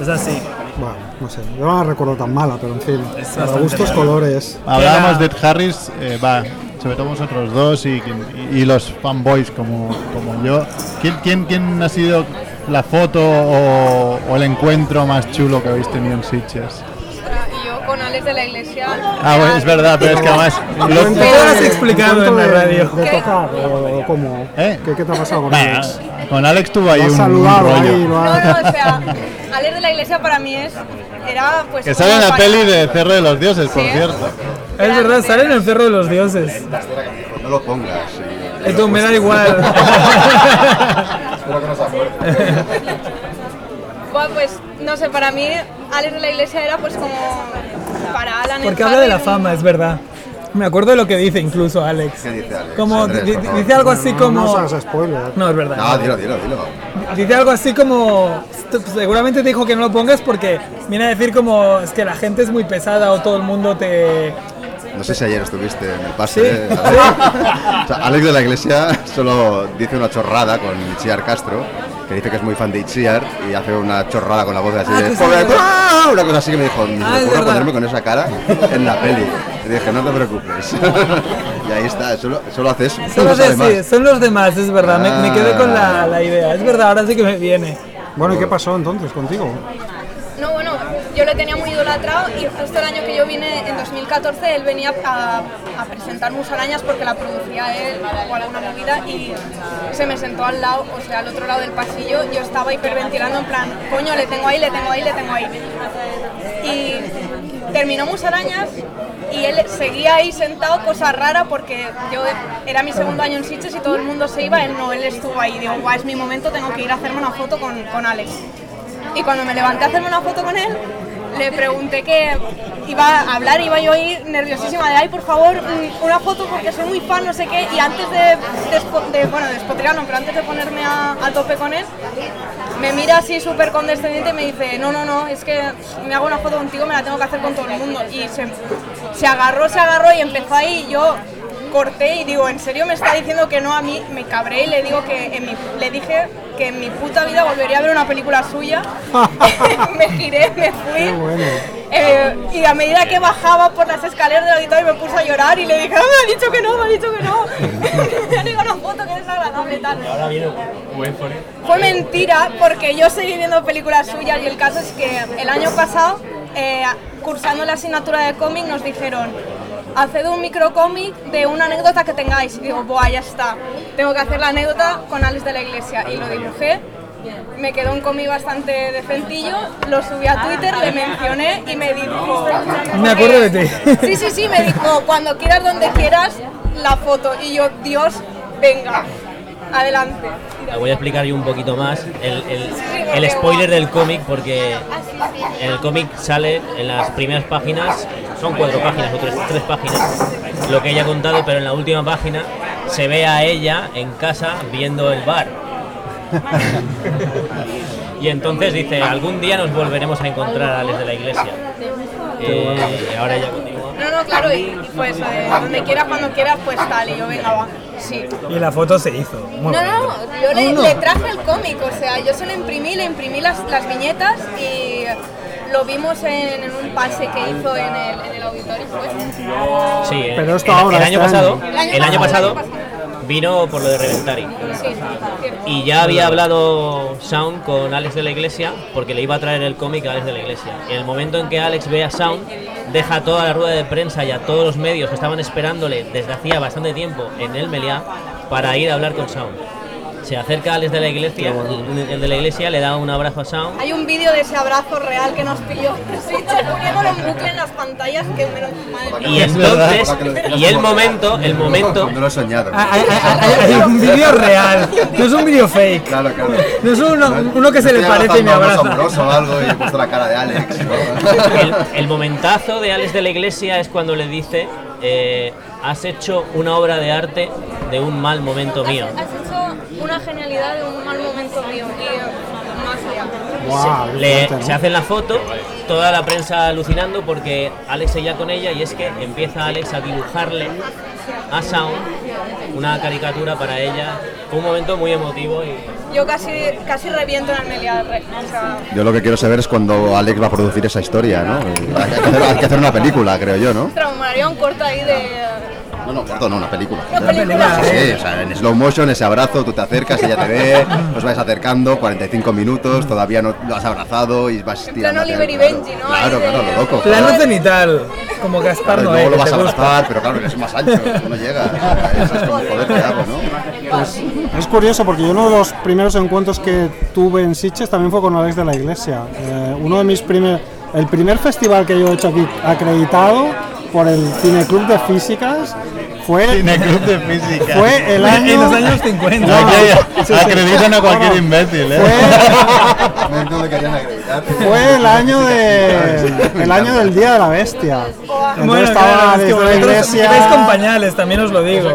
E: Es así.
B: Bueno, no sé. Yo no la recuerdo tan mala, pero en fin. Para
E: bastante
B: gustos
E: mala.
B: colores.
G: Hablábamos de Ed Harris, eh, va, sobre todo vosotros dos y, y los fanboys como, como yo. ¿Quién, quién, quién ha sido la foto o, o el encuentro más chulo que habéis tenido en Sitges?
K: Y yo con Alex de la Iglesia.
G: Ah, bueno, es verdad, pero es que además...
B: Encuentro de- encuentro de- De,
K: ¿Qué?
B: tocar, o, o cómo.
G: ¿Eh?
B: ¿Qué, qué te ha pasado con
G: Bueno,
B: Alex?
G: con Alex tuvo ahí
B: Lo has
G: un, un
B: saludado
G: rollo.
B: ahí, lo
K: No, no, o sea, Alex de la Iglesia para mí es. Era pues.
G: Que sale en la
K: como
G: peli de Cerro de los Dioses, por
K: Sí.
G: cierto.
E: Es verdad, sale en el Cerro de los Dioses.
L: No lo pongas.
E: Esto me da igual.
L: Espero que no se acuerde.
K: Bueno, pues, no sé, para mí Alex de la Iglesia era pues como. Para Alan.
E: Porque
K: el
E: habla de la
K: padre, un-
E: fama, es verdad. Me acuerdo de lo que dice incluso Alex. Como
L: Andrés,
E: di-
L: por favor.
E: dice algo así
B: No,
E: como
B: No seas spoiler.
E: No, es verdad.
L: No, dilo, dilo, dilo.
E: Dice algo así como, "Tú- pues, seguramente te dijo que no lo pongas porque viene a decir como, es que la gente es muy pesada o todo el mundo te...
L: No sé si ayer estuviste en el pase.
E: Sí.
L: ¿eh? Alex. O sea, Alex de la Iglesia solo dice una chorrada con Itziar Castro, que dice que es muy fan de Itziar y hace una chorrada con la voz de así
E: Ah,
L: de,
E: que sí,
L: "Pobre
E: es verdad".
L: Pau", Una cosa así que me dijo, ni
E: Ah,
L: me
E: es
L: ocurra
E: verdad.
L: ponerme con esa cara en la peli. Y dije, no te preocupes. y ahí está, solo, solo hace eso. no
E: Son los,
L: sabe
E: de-
L: más. Ah.
E: sí, son los demás, es verdad, me, me quedé con la, la idea, es verdad, ahora sí que me viene.
B: Bueno, ¿y qué pasó entonces contigo?
K: No, bueno, yo le tenía muy idolatrado y justo el año que yo vine, en 2014, él venía a, a presentar Musarañas porque la producía él o alguna movida y se me sentó al lado, o sea, al otro lado del pasillo. Yo estaba hiperventilando en plan, coño, le tengo ahí, le tengo ahí, le tengo ahí. Y terminó Musarañas y él seguía ahí sentado, cosa rara, porque yo era mi segundo año en Sitges y todo el mundo se iba, él no, él estuvo ahí. Digo, guau, es mi momento, tengo que ir a hacerme una foto con, con Alex. Y cuando me levanté a hacerme una foto con él, le pregunté que iba a hablar, iba yo ahí nerviosísima de, ay, por favor, mm, una foto porque soy muy fan, no sé qué. Y antes de, de espo- de- bueno, de espotear, no, pero antes de ponerme a, a tope con él, me mira así súper condescendiente y me dice, no, no, no, es que me hago una foto contigo, me la tengo que hacer con todo el mundo. Y se, se agarró, se agarró y empezó ahí, y yo corté y digo, ¿en serio me está diciendo que no a mí? Me cabré y le, digo que en mi- le dije que en mi puta vida volvería a ver una película suya. me giré, me fui. Eh, y a medida que bajaba por las escaleras del auditorio me puse a llorar y le dije, "Ah, me ha dicho que no, me ha dicho que no. Le digo una foto que es desagradable y tal.
I: Ahora viene
K: Fue mentira porque yo seguí viendo películas suyas y el caso es que el año pasado, eh, cursando la asignatura de cómic, nos dijeron, haced un microcómic de una anécdota que tengáis. Y digo, buah, ya está. Tengo que hacer la anécdota con Alex de la Iglesia. Y lo dibujé. Me quedó un cómic bastante decentillo, lo subí a Twitter, le mencioné y me dijo...
E: Me acuerdo de ti.
K: Sí, sí, sí, me dijo, cuando quieras, donde quieras, la foto. Y yo, Dios, venga, adelante.
I: La voy a explicar yo un poquito más el, el-
K: porque
I: el spoiler del cómic porque en el cómic sale en las primeras páginas, son cuatro páginas o tres, tres páginas, lo que ella ha contado, pero en la última página se ve a ella en casa viendo el bar. y entonces dice, algún día nos volveremos a encontrar a Alex de la iglesia. Eh, y ahora ella continúa.
K: No, no, claro, y, y fue eso, de donde quiera, cuando quiera, pues tal, y yo venga, va, sí.
E: Y la foto se hizo. Muy
K: No,
E: bien.
K: no, yo le,
E: Ah, no.
K: le traje el cómic, o sea, yo se lo imprimí, le imprimí las, las viñetas y lo vimos en, en un pase que hizo en el, en el auditorio. Pues.
I: Sí, eh,
B: Pero esto
I: el,
B: ahora,
I: el año
B: este
I: pasado,
B: año.
I: el año pasado vino por lo de Reventari. Y ya había hablado Sound con Alex de la Iglesia porque le iba a traer el cómic a Alex de la Iglesia. En el momento en que Alex ve a Sound, deja a toda la rueda de prensa y a todos los medios que estaban esperándole desde hacía bastante tiempo en el Meliá para ir a hablar con Sound. Se acerca Alex de la Iglesia, el de la Iglesia le da un abrazo a Sound
K: Hay un vídeo de ese abrazo real que nos pilló. Sí, se poniéndolo en bucle en las pantallas que me lo madre
I: Y
K: mía.
L: Es verdad,
I: entonces,
L: para que lo-
I: y el momento, el momento.
L: No lo he soñado.
E: Ah, Hay un vídeo real, no es un vídeo fake.
L: Claro, claro.
E: No es uno, uno que se le
L: Estoy
E: parece y me
L: abrazando
E: abraza.
L: a un oso o algo y he puesto la cara de Alex.
I: El, el momentazo de Alex de la Iglesia es cuando le dice: eh, Has hecho una obra de arte de un mal momento mío.
K: Has hecho una genialidad de un mal momento mío y eh, más allá.
I: se, le- se hacen la foto, toda la prensa alucinando porque Alex seguía con ella y es que empieza Alex a dibujarle a Sound una caricatura para ella. Fue un momento muy emotivo y
K: Yo casi, casi reviento en Almería. re- O sea,
L: Yo lo que quiero saber es cuando Alex va a producir esa historia, ¿no? Hay que hacer, hay que hacer una película, creo yo, ¿no?
K: traumaría un corto ahí de.
L: No, no, corto, no, una película.
K: Una película. ¿eh?
L: Sí, sí, o sea, en slow motion, ese abrazo, tú te acercas, ella te ve, os vais acercando, 45 minutos, todavía no lo has abrazado y vas tirando.
K: plano
L: hacia-
K: Oliver y Benji, ¿no?
L: Claro,
K: Ahí de-
L: claro, lo loco.
E: Plano
L: claro.
E: cenital, como Gaspar
L: Claro, y
E: Noé.
L: luego lo
E: que
L: vas
E: te
L: a
E: gusta.
L: abrazar, pero claro, eres más ancho, no llega. Eso es como, joder, ¿qué hago, no?
B: Es, Pues, es curioso porque yo uno de los primeros encuentros que tuve en Sitges también fue con Alex de la Iglesia. Eh, uno de mis primer, el primer festival que yo he hecho aquí acreditado por el Cineclub de Físicas fue
G: Cineclub de Física.
B: Fue el año
G: En los años 50.
B: No, no,
G: Aquí
B: sí, sí.
G: acreditan a cualquier
B: No, no.
G: imbécil, ¿eh?
L: No, no le querían acreditar.
B: Fue el año de el año del Día de la Bestia. Entonces
E: Bueno,
B: estaba
E: claro, es
B: Alex
E: que
B: de la
E: vosotros
B: Iglesia.
E: vais con pañales, también os lo digo.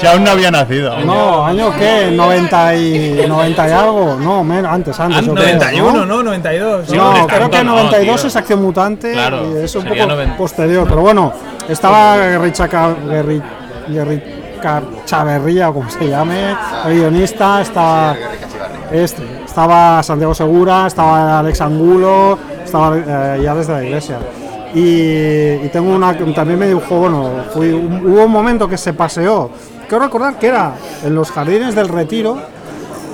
G: Si aún no había nacido.
B: No, ¿año qué? ¿90 y, 90 y algo? No, men- antes, antes. yo creo,
E: 91, ¿no? 92.
B: No, creo que 92 es Acción Mutante
E: Claro,
B: y es un
E: sería
B: poco
E: 90.
B: posterior, pero bueno, estaba Guerricha Ca- Guerri- Guerrica Chaverría o como se llame, el guionista, estaba este, estaba Santiago Segura, estaba Alex Angulo, estaba eh, ya desde la iglesia. Y, y tengo una también me dibujó, bueno, fui- hubo un momento que se paseó. Quiero recordar que era en los jardines del retiro,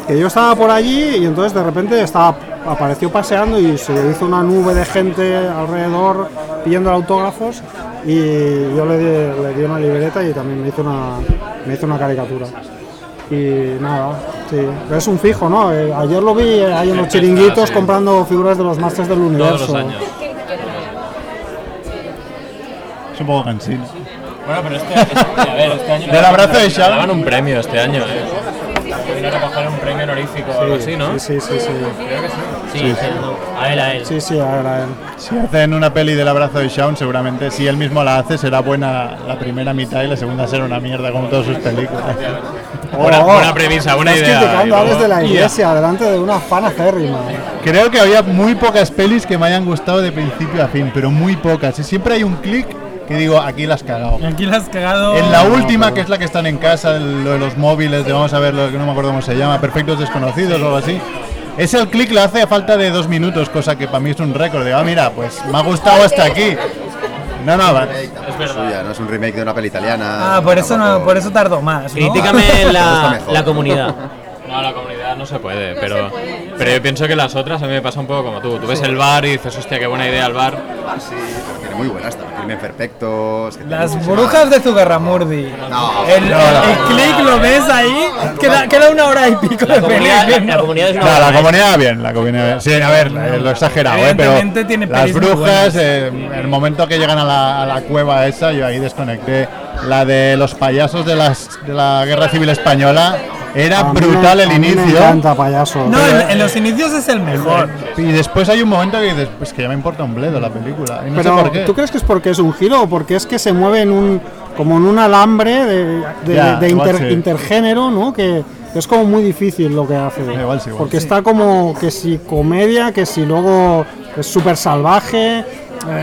B: que yo estaba por allí y entonces de repente estaba, apareció paseando y se hizo una nube de gente alrededor pidiendo autógrafos y yo le di, le di una libreta y también me hizo una, me hizo una caricatura. Y nada, sí, es un fijo, ¿no? Eh, ayer lo vi eh, ahí en los
F: Está,
B: chiringuitos
F: sí.
B: comprando figuras de los Masters del
F: todos los
B: Universo.
F: años.
G: Es un poco cansino.
F: Bueno, pero este, este- a ver, este año.
G: Del abrazo de
F: Shaw.
G: Shawn.
F: Daban un premio este año, ¿eh? Vino a recoger un premio honorífico o algo así, ¿no?
B: Sí, sí, sí.
F: Creo que sí. Sí,
G: Sí, sí.
F: a él, a él.
B: Sí, sí, a ver, a ver.
G: Si hacen una peli del abrazo de Shaun, seguramente si él mismo la hace, será buena la primera mitad y la segunda será una mierda, como todas sus películas.
F: Buena- buena premisa, buena
B: Oh. Estás
F: idea,
B: criticando
F: y
B: a
F: luego-
B: Alex de la
G: Ya.
B: iglesia, delante de una fanacérrima.
G: Creo que había muy pocas pelis que me hayan gustado de principio a fin, pero muy pocas. Y siempre hay un clic que digo, aquí las has cagado.
E: Aquí la has cagado.
G: En la última, que es la que están en casa, el- lo de los móviles, de vamos a ver lo que no me acuerdo cómo se llama, Perfectos Desconocidos o algo así. Ese el clic lo hace a falta de dos minutos, cosa que para mí es un récord. De, ah, mira, pues me ha gustado hasta aquí. No, no, va.
L: Es verdad. no es un remake de una peli italiana.
E: Ah, por eso, no, por eso tardó más. ¿no?
I: Critícame
L: Está
I: la,
L: mejor.
I: la comunidad.
F: No, la comunidad no se puede, pero, pero yo pienso que las otras a mí me pasa un poco como tú. Tú ves el bar y dices, hostia, qué buena idea el bar.
L: Sí, pero tiene muy buenas también. Crimen Perfectos. que tiene
E: Las
L: muchísimas-
E: brujas de Zugarramurdi.
L: No,
E: El,
L: no, no.
E: el click lo ves ahí, queda, queda una hora y pico de
I: comunidad-
E: película.
I: la comunidad es
G: No,
I: una
G: la
I: obra
G: comunidad bien, la comunidad bien. Sí, a ver, eh, lo he exagerado, eh, pero
E: Evidentemente tiene
G: las
E: pelis muy
G: brujas,
E: buenas.
G: eh, el momento que llegan a la, a la cueva esa, yo ahí desconecté. La de los payasos de, las, de la Guerra Civil Española era
B: A mí me-
G: brutal el
B: a mí Me
G: inicio.
B: encanta, payaso.
E: No, en, en los inicios es el mejor.
G: Y después hay un momento que dices, pues que ya me importa un bledo la película. Y no sé por
B: Pero
G: qué.
B: ¿tú crees que es porque es un giro o porque es que se mueve en un como en un alambre de, de-
G: Ya,
B: de
G: igual
B: inter-
G: sí.
B: intergénero, ¿no? Que es como muy difícil lo que hace.
G: Igual sí, igual
B: porque
G: sí.
B: está como que si comedia, que si luego es súper salvaje,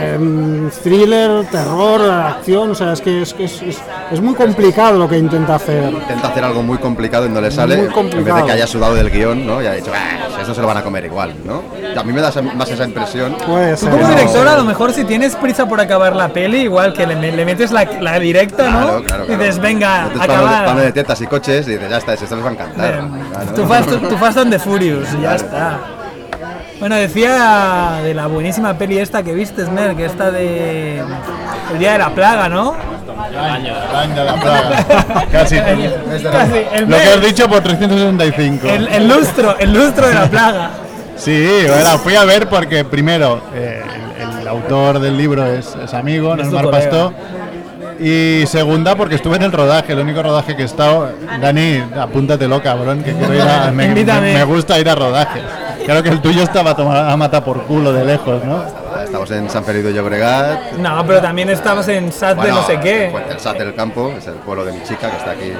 B: eh, thriller, terror, acción, o sea, es que es, que es- es- es muy complicado lo que intenta hacer.
L: Intenta hacer algo muy complicado y no le sale.
B: Muy
L: En vez
B: complicado.
L: de que haya sudado del guión, ¿no? Y haya dicho, "Ah, esto se lo van a comer igual, ¿no? A mí me da esa- más esa impresión.
E: Tú como director, a lo mejor si tienes prisa por acabar la peli, igual que le, le metes la, la directa, ¿no?
L: Claro, claro,
E: Y dices,
L: claro.
E: venga,
L: Entonces, pano de, pano
E: acabar.
L: de tetas y coches, y dices, ya está, esto les va a encantar. Claro.
E: Tu Fast, tu Fast and the Furious, y ya está. Bueno, decía de la buenísima peli esta que viste, Smer, que esta de... El Día de la Plaga, ¿no?
G: Daño de la plaga. Casi.
E: Casi, el
G: Lo que
E: mes.
G: has dicho por 365.
E: El, el lustro, el lustro de la plaga.
G: Sí, la fui a ver porque primero eh, el, el autor del libro es, es amigo,
E: Es tu
G: Normal
E: colega.
G: Pastó. Y segunda porque estuve en el rodaje, el único rodaje que he estado. Dani, apúntatelo, cabrón, que quiero ir a, me,
E: Invítame.
G: me gusta ir a rodajes. Claro que el tuyo estaba a, tomar- a matar por culo de lejos, ¿no?
L: Estamos en San Felipe de Llobregat.
E: No, pero también estabas en Sat de
L: Bueno,
E: no sé qué,
L: Fuente del Sat del Campo, es el pueblo de mi chica que está aquí.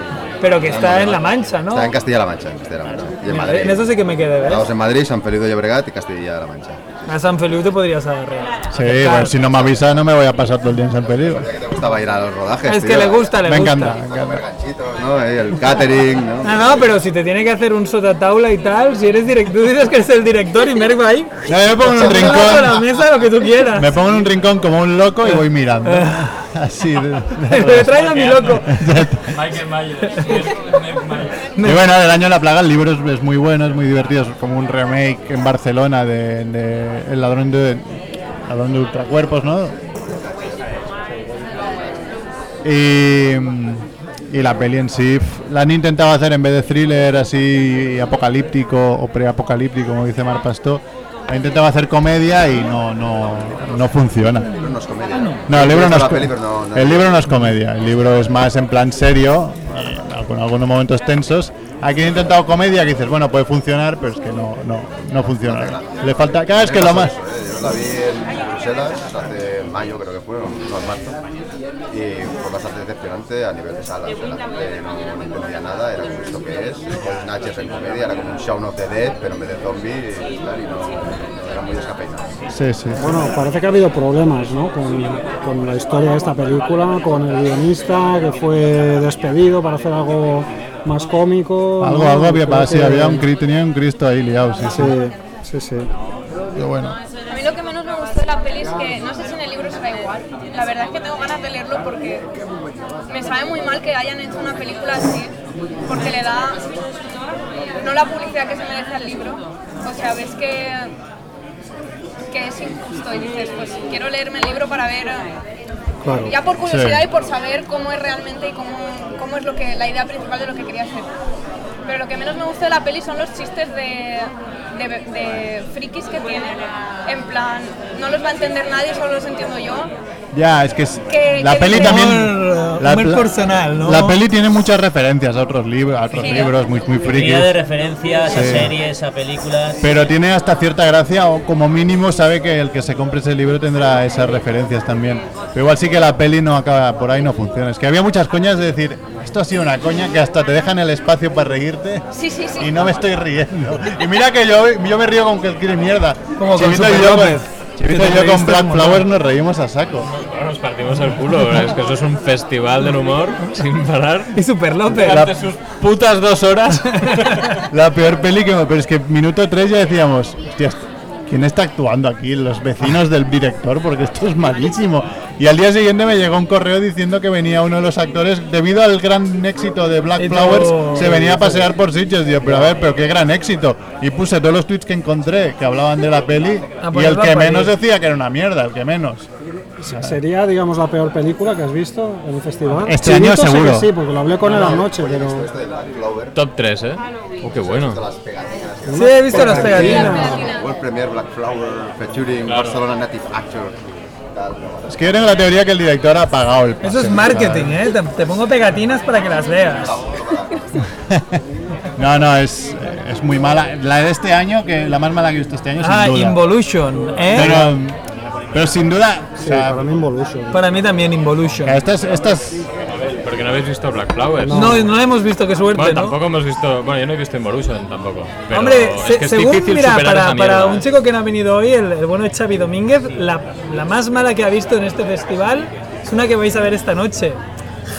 E: pero que está
L: dándole
E: en La
L: más.
E: Mancha, ¿no?
L: Está en Castilla-La Mancha, en Castilla-La Mancha. Y en
E: Mira,
L: Madrid.
E: en eso sí que me quedé, ¿ves?
L: Estamos en Madrid, San Felipe de Llobregat y Castilla-La Mancha.
E: A San Feliu te podrías agarrar.
G: Sí, bueno, si no me avisa no me voy a pasar todo el día en San Peligro.
L: Te gustaba ir a los rodajes.
E: Es que le gusta, le
G: Me
E: gusta. Ah,
G: encanta, me
L: ¿no? Eh, El catering, ¿no?
E: No, no, pero si te tiene que hacer un sotataula y tal, si eres director, tú dices que eres el director y Merck va ahí.
G: No, yo me pongo en un rincón.
E: Con la mesa lo que tú quieras.
G: Me pongo en un rincón como un loco y voy mirando. Así. de-
E: Me traen a mi loco.
F: Michael Myers.
G: Y bueno, el año de la plaga, el libro es, es muy bueno, es muy divertido, es como un remake en Barcelona de, de El ladrón de, ladrón de ultracuerpos, ¿no? Y, mm, y la peli en sí, f- la han intentado hacer en vez de thriller así apocalíptico o preapocalíptico, como dice Mar Pastó, han intentado hacer comedia y no, no, no funciona.
L: El libro Ah, no es
E: ah,
L: comedia.
G: No, el libro no es,
L: la
G: co-
L: peli, pero no- no-
G: el libro no es comedia. El libro es más en plan serio, eh, con algunos momentos tensos. Aquí han intentado comedia que dices, bueno, puede funcionar, pero es que no, no, no funciona. Le falta, cada vez que lo más.
L: Yo la vi en Bruselas hace mayo, creo que fue, o no, en marzo. Y fue bastante decepcionante a nivel de sala. O sea, la gente no, no entendía nada, era como esto que es. Con Natchez en comedia, era como un Shaun of the Dead, pero en vez de zombie y tal, y no, era muy descafeinado.
G: Sí, sí.
B: Bueno, pues, parece que ha habido problemas ¿no? con, con la historia de esta película, con el guionista que fue despedido para hacer algo más cómico.
G: Algo,
B: ¿no?
G: algo había
B: Creo
G: pasado, sí,
B: que-
G: había un, cri- tenía un Cristo ahí liado, sí, sí.
B: Sí, sí.
G: Pero bueno.
K: A mí lo que menos me gustó de la peli es que no sé si en el libro será igual. La verdad es que tengo ganas de leerlo porque me sabe muy mal que hayan hecho una película así, porque le da no la publicidad que se merece al libro. O sea, ves que, que es injusto y dices, pues quiero leerme el libro para ver, eh,
B: Claro.
K: ya por curiosidad
B: Sí.
K: y por saber cómo es realmente y cómo, cómo es lo que la idea principal de lo que quería hacer. Pero lo que menos me gusta de la peli son los chistes de, de, de frikis que tiene. En plan, no los va a entender nadie, solo los entiendo yo.
G: Ya, es que es-
K: Que-
G: la
K: que
G: peli
K: dice-
G: también.
K: Humor-
G: la
E: humor
G: pla-
E: personal, ¿no?
G: La peli tiene muchas referencias a otros, libros, a otros
I: Sí.
G: libros muy, muy frikis.
I: Infinidad de referencias a
G: Sí.
I: series, a películas.
G: Pero tiene hasta cierta gracia, o como mínimo sabe que el que se compre ese libro tendrá esas referencias también. Pero igual sí que la peli no acaba, por ahí no funciona. Es que había muchas coñas de decir, esto ha sido una coña que hasta te dejan el espacio para reírte
K: Sí, sí, sí.
G: y no me estoy riendo. Y mira que yo, yo me río con que el Kiri mierda.
E: Como con
G: y
E: Super
G: yo, con-
E: López,
G: Chivito
E: que
G: y
E: te
G: yo con
E: reíste
G: Black
E: un montón.
G: Flowers nos reímos a saco.
F: Bueno, nos partimos el culo, es que eso es un festival del humor sin parar.
E: Y Super López.
F: Durante sus putas dos horas.
G: La peor peli que me... Pero es que minuto 3 ya decíamos, hostias, ¿quién está actuando aquí? Los vecinos del director, porque esto es malísimo. Y al día siguiente me llegó un correo diciendo que venía uno de los actores, debido al gran éxito de Black Flowers, se venía a pasear por sitios. Digo, pero a ver, pero qué gran éxito. Y puse todos los tweets que encontré que hablaban de la peli
E: Ah,
B: A
E: pues
G: y el
B: ponerlo
G: que
B: a parir.
G: menos decía que era una mierda, el que menos.
B: ¿Sería, digamos, la peor película que has visto en un festival?
G: Este año
B: Chinito sé que
G: seguro.
B: Sí, porque pues lo hablé con él anoche, pero...
L: este
F: Top 3, ¿eh? Oh, qué bueno.
L: Sí,
E: he visto las
B: pegatinas.
L: World Premier Black Flower, featuring Barcelona Native Actor. Tal, ¿no?
G: Es que yo tengo la teoría que el director ha pagado el
E: Eso es
G: pase,
E: marketing,
G: ¿sabes?
E: ¿eh? Te, te pongo pegatinas para que las veas.
G: No, no, es, es muy mala. La de este año, que la más mala que he visto este año,
E: Ah,
G: sin duda.
E: Involution, ¿eh?
G: Pero, pero sin duda. o sea,
E: Para mí también Involution.
G: Estas, estas,
F: Porque no habéis visto Black Flowers.
E: No, no la hemos visto, qué suerte,
F: Bueno,
E: ¿no?
F: tampoco hemos visto. Bueno, yo no he visto Involution tampoco. Pero
E: Hombre,
F: es
E: se-
F: que es
E: según,
F: difícil
E: mira,
F: superar
E: para,
F: esa
E: para
F: mierda,
E: un
F: ¿eh?
E: chico que no ha venido hoy, el, el bueno de Xavi Domínguez, la, la más mala que ha visto en este festival es una que vais a ver esta noche.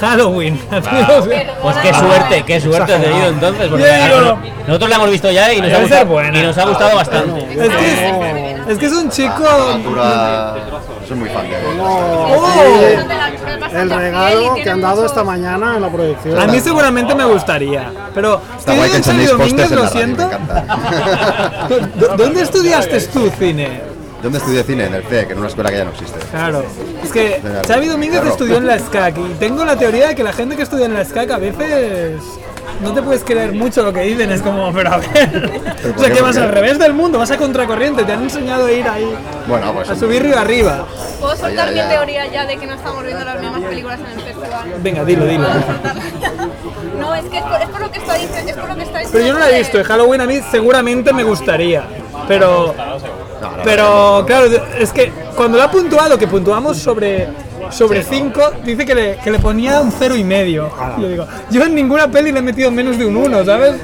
E: Halloween.
F: Ah.
E: amigos.
I: Pues qué suerte, qué suerte has tenido entonces. Porque
E: Ya digo,
I: ahora- nosotros la hemos visto ya y nos,
E: Debe
I: ha
E: ser
I: gustado,
E: buena.
I: y
E: Ah,
I: nos ha gustado bastante.
E: Es que es, es que es un chico...
L: Soy muy fan de
E: Oh,
B: El regalo que han dado esta mañana en la proyección.
E: A mí seguramente me gustaría, pero
B: Está
E: estoy
B: guay que
E: en Xavi
B: enseñéis
E: Domínguez,
B: pósters
E: lo
B: en la radio,
E: siento. ¿Dó- ¿Dónde estudiaste tú cine?
L: ¿Dónde estudié cine? En el CEC, en una escuela que ya no existe.
E: Claro. Es que
L: Claro.
E: Xavi Domínguez
L: Claro.
E: estudió en la SCAC y tengo la teoría de que la gente que estudia en la SCAC a veces no te puedes creer mucho lo que dicen, es como, pero a ver. o sea,
L: qué?
E: que
L: ¿Por
E: vas
L: qué?
E: al revés del mundo, vas a contracorriente, te han enseñado a ir ahí,
L: Bueno, pues.
E: a subir río arriba.
K: Puedo soltar
E: Ay, ay,
K: mi
E: ay.
K: teoría ya de que no estamos viendo las mismas películas en el festival.
E: Venga, dilo, dilo.
K: No, es que es por, es por lo que está diciendo, es por lo que está
E: Pero yo no la he visto, y Halloween a mí seguramente me gustaría, pero... Pero claro, es que cuando lo ha puntuado, que puntuamos sobre sobre 5, dice que le, que le ponía un cero y medio.
B: Ah.
E: Yo digo, yo en ninguna peli le he metido menos de un 1, ¿sabes?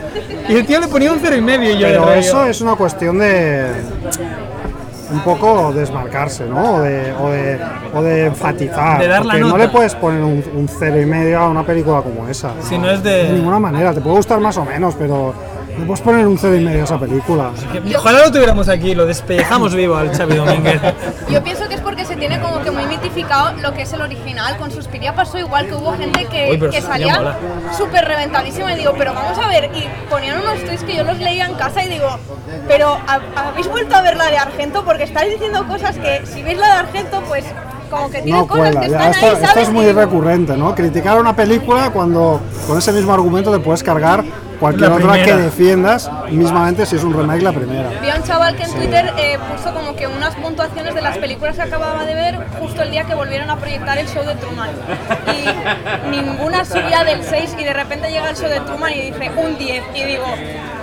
E: Y el tío le ponía un cero y medio y yo le
B: Pero
E: reía.
B: eso es una cuestión de un poco desmarcarse, ¿no? O de, o de, o de enfatizar.
E: De dar la
B: porque no
E: nota.
B: le puedes poner un, un cero y medio a una película como esa.
E: Si no es de-
B: ninguna manera. Te puede gustar más o menos, pero no puedes poner un cero y medio a esa película.
E: Y Ojalá lo tuviéramos aquí, lo despellejamos vivo al Xavi Domínguez.
K: Yo pienso que es porque se tiene como que muy mitificado lo que es el original. Con Suspiria pasó igual que hubo gente que,
E: Uy, pero
K: que
E: Suspiria mola.
K: salía súper reventadísima y digo, pero vamos a ver. Y ponían unos tweets que yo los leía en casa y digo, pero ¿ha- ¿habéis vuelto a ver la de Argento? Porque estáis diciendo cosas que si veis la de Argento, pues como que tiene
B: No
K: cosas
B: cuela,
K: que
B: ya.
K: están
B: Esto,
K: ahí,
B: esto
K: ¿sabes?
B: es muy recurrente, ¿no? Criticar una película cuando con ese mismo argumento te puedes cargar cualquier
E: La
B: otra que
E: primera.
B: defiendas, mismamente si es un remake la primera.
K: Vi a un chaval que en Twitter eh, puso como que unas puntuaciones de las películas que acababa de ver justo el día que volvieron a proyectar el show de Truman. Y ninguna subía del 6 y de repente llega el show de Truman y dice un 10. Y digo,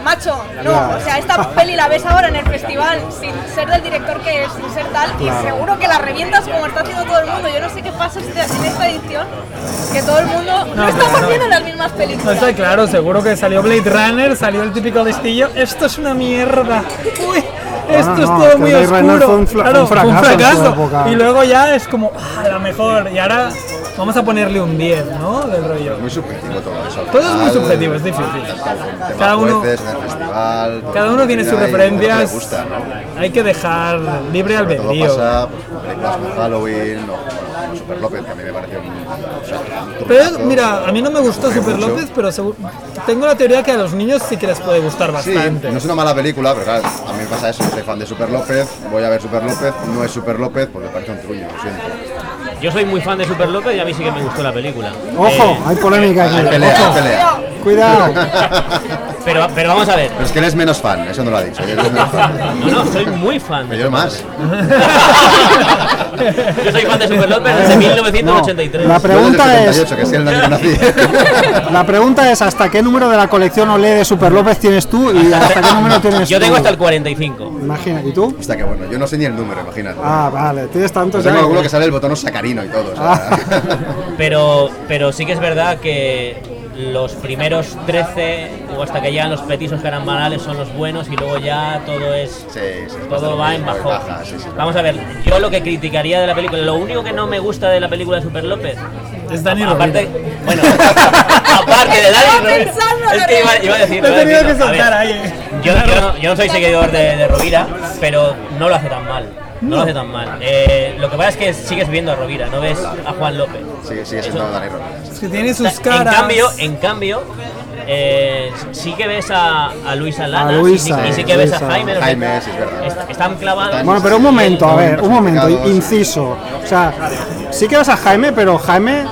K: macho, no,
B: Claro.
K: o sea, esta peli la ves ahora en el festival sin ser del director que es, sin ser tal,
B: Claro.
K: y seguro que la revientas como está haciendo todo el mundo. Yo no sé qué pasa este- en esta edición, que todo el mundo no,
E: No,
K: estamos
E: pero no.
K: viendo las mismas
E: No
K: películas.
E: está claro, seguro que salió Blade Runner, salió el típico listillo. Esto es una mierda. Uy, esto
B: no,
E: es
B: que
E: todo muy
B: Blade
E: oscuro.
B: Runner fue un fla-
E: Claro,
B: un fracaso
E: fue
B: en su
E: fracaso.
B: época.
E: Y luego ya es como, ah, la mejor. Y ahora vamos a ponerle un 10, ¿no? Del rollo.
L: Muy subjetivo todo eso.
E: Todo es muy subjetivo, es difícil. Cada uno, cada uno tiene sus referencias. Hay que dejar libre al
L: Todo
E: albedrío.
L: pasa pues, con películas como Halloween o bueno, Super López, que a mí me pareció un. o sea, un
E: Pero
L: turrazo.
E: mira, a mí no me gustó
L: Gustó
E: Super
L: mucho.
E: López, pero seguro- tengo la teoría que a los niños sí que les puede gustar
L: Sí,
E: bastante.
L: no es una mala película, pero claro, a mí me pasa eso, soy fan de Super López, voy a ver Super López, no es Super López, pues me parece un truño, lo siento.
I: Yo soy muy fan de Super López y a mí sí que me gustó la película.
B: Ojo,
I: Eh,
B: hay polémica aquí.
L: Hay pelea,
B: Ojo.
L: hay pelea.
B: Cuidado.
I: pero, pero vamos a ver.
L: Pero es que eres menos fan, eso no lo ha dicho. Yo
I: No, no, soy muy fan.
L: Yo más.
I: Yo soy fan de Super López desde 1983.
B: la pregunta
L: Yo desde
B: es-
L: 78, que es el año que nací.
B: La pregunta es hasta qué número de la colección Olé de Super López tienes tú y hasta qué número tienes
I: Yo
B: tú.
I: tengo hasta el 45.
B: Imagina, ¿y tú?
L: Hostia, qué bueno, yo no sé ni el número, imagínate.
B: Ah, vale, tienes tantos.
L: tengo
B: ya. ¿eh? Ah.
L: alguno que sale el botón sacarino y todo. o sea.
I: Pero, pero sí que es verdad que los primeros 13 o hasta que llegan los petisos caramanales son los buenos y luego ya todo es todo va en bajo. Vamos a ver, yo lo que criticaría de la película, lo único que no me gusta de la película de Super López
E: es Dani
I: aparte, bueno, aparte de Dani Rovira, es que iba, iba a decir,
E: Lo he
I: iba a decirlo. A
E: tenido que
I: ver,
E: soltar ahí, eh.
I: yo, yo no, yo no soy seguidor de, de Rovira, pero no lo hace tan mal. No lo hace tan mal. Eh, lo que pasa es que sigues viendo a Rovira, no ves a Juan López.
L: Sí, sigue siendo Dani Rovira.
E: Es que tiene sus
I: En
E: caras.
I: cambio, en cambio eh, sí que ves a, a Luisa Lana
B: A Luisa,
I: y, sí- y sí que ves a
B: Luisa.
I: Jaime. o sea,
B: Jaime,
L: sí, es verdad.
I: est- están clavados.
B: Bueno, pero un momento, a ver, un momento, inciso. O sea, sí que vas a Jaime, pero Jaime,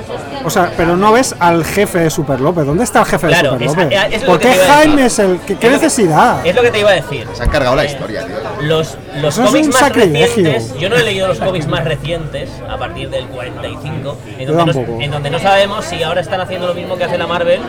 B: o sea, pero no ves al jefe de Super López. ¿Dónde está el jefe de
I: Claro,
B: Super
I: es-
B: López?
I: es- es lo
B: ¿Por
I: que
B: qué
I: te iba a
B: Jaime
I: decir.
B: es el que qué necesidad?
I: Es lo que te iba a decir. Eh,
L: Se han cargado la historia, tío.
I: Los, los
B: Eso es
I: cómics
B: un
I: más
B: sacrilegio.
I: recientes, yo no he leído los cómics más recientes a partir del 45, en donde,
B: Yo
I: no,
B: tampoco.
I: en donde no sabemos si ahora están haciendo lo mismo que hace la Marvel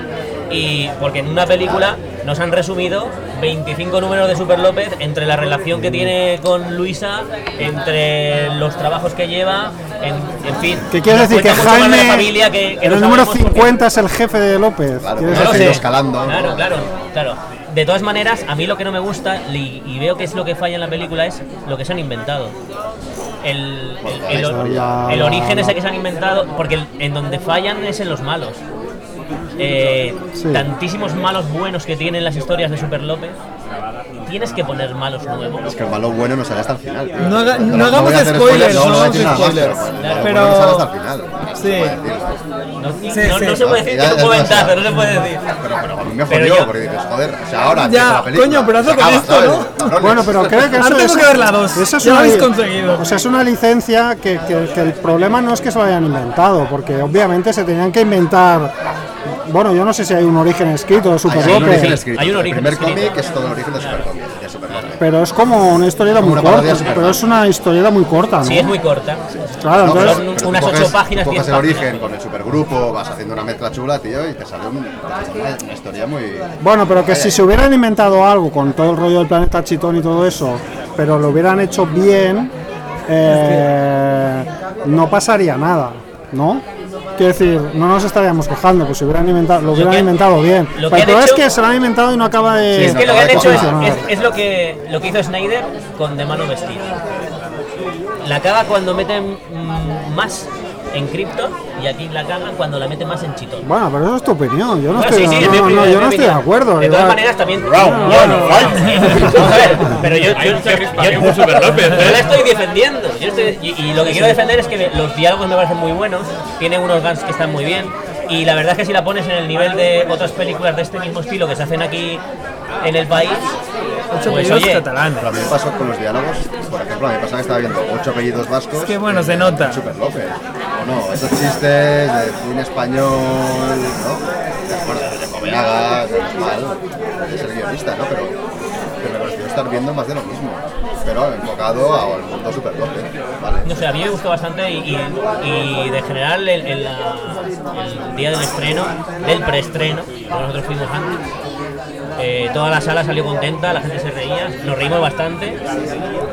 I: y porque en una película nos han resumido 25 números de Super López entre la relación que tiene con Luisa, entre los trabajos que lleva, en, en fin.
B: ¿Qué quieres
I: nos
B: decir? Que
I: cuenta mucho más de la
B: Jaime,
I: familia que, que
B: en
I: no
B: el número
I: sabemos porque-
B: 50 es el jefe de López. ¿Quieres
I: Claro,
B: decir?
I: sí. Claro, claro, claro. De todas maneras, a mí lo que no me gusta y, y veo que es lo que falla en la película es lo que se han inventado. El, el- el-
B: Eso ya-
I: el origen ese que se han inventado, porque el- en donde fallan es en los malos. Eh, Tantísimos malos buenos que tienen las historias de Super López. Tienes que poner malos nuevos.
L: Es que el malo bueno no sale hasta el final. tío.
I: No haga- no
L: voy a
I: hagamos
L: hacer
I: spoilers,
L: no,
I: no
L: voy a
I: hagamos
L: decir nada más,
I: spoilers.
L: pero,
I: Pero-
L: bueno, no sale hasta el final.
I: Sí. No,
L: Sí,
I: no-
L: sí.
I: no se puede decir
L: Ya-
I: que
L: ya
I: no puedo
L: es
I: entrar,
L: demasiado.
I: pero no se puede decir.
L: Pero, pero a mí me
I: Pero
L: jodió,
I: ya-
L: porque dices, joder, o sea, ahora
I: Ya,
L: empieza la película.
B: coño,
L: se
B: pero hazlo con
L: acaba,
B: esto,
L: ¿sabes?
B: ¿no?
L: Cabrones.
B: Bueno, pero creo que eso es, eso es una, O sea, es una licencia que, que- que el problema no es que se lo hayan inventado, porque obviamente se tenían que inventar. Bueno, yo no sé si hay un origen escrito de Super
L: Hay un
B: López,
L: origen escrito. El primer cómic es todo el origen de Supercómic. de Superman.
B: pero es como una historieta
L: Como
B: muy
L: una
B: corta.
L: parodia de Superman.
B: Pero es una historieta muy corta, ¿no?
I: Sí, es muy corta.
B: Claro,
L: No,
B: entonces-
L: pero- pero tú
I: unas
L: coges-
I: ocho páginas,
L: tú coges
I: diez
L: el
I: páginas.
L: origen con el supergrupo, vas haciendo una mezcla chula, tío, y te sale un- una historia muy...
B: Bueno, pero que si se hubieran inventado algo con todo el rollo del planeta Chitón y todo eso, pero lo hubieran hecho bien, eh, no pasaría nada, ¿no? Quiero decir, no nos estaríamos quejando, pues si hubieran inventado, lo hubieran
I: que-
B: inventado bien. Pues
I: lo
B: Pero
I: que han
B: el problema es
I: hecho-
B: que se lo han inventado y no acaba de.
I: es que lo que han hecho es,
B: funcionar.
I: es- es lo, que, lo que hizo Snyder con The Man of Steel. La caga cuando meten mm, más en Krypton y aquí la cagan cuando la meten más en Chitón.
B: Bueno, pero eso es tu opinión. Yo no
I: Bueno,
B: estoy,
I: sí, sí, es
B: no,
I: mi
B: no,
I: opinión,
B: yo
I: es mi
B: no estoy de
I: opinión.
B: acuerdo.
I: De todas
B: igual-
I: maneras, también. Vamos a ver, pero yo. yo- yo- yo la estoy defendiendo. Yo estoy- y, y lo que quiero defender es que los diálogos me parecen muy buenos, tiene unos guns que están muy bien. Y la verdad es que si la pones en el nivel de otras películas de este mismo estilo que se hacen aquí en el país, pues oye,
L: Pero a mí me pasó con los diálogos, por ejemplo, a mí me pasaba que estaba viendo ocho apellidos vascos.
E: Que bueno, se nota.
L: Super López. O no, esos chistes de cine español, ¿no? De acuerdo, de Copenhaga, de mal, de ser guionista, ¿no? Pero, pero me pareció estar viendo más de lo mismo, pero enfocado al mundo Super López, ¿vale?
I: No sé, a mí me gustó bastante y, y- y de general el, el- la- el día del estreno, del preestreno, porque nosotros fuimos antes, eh, toda la sala salió contenta, la gente se reía, nos reímos bastante,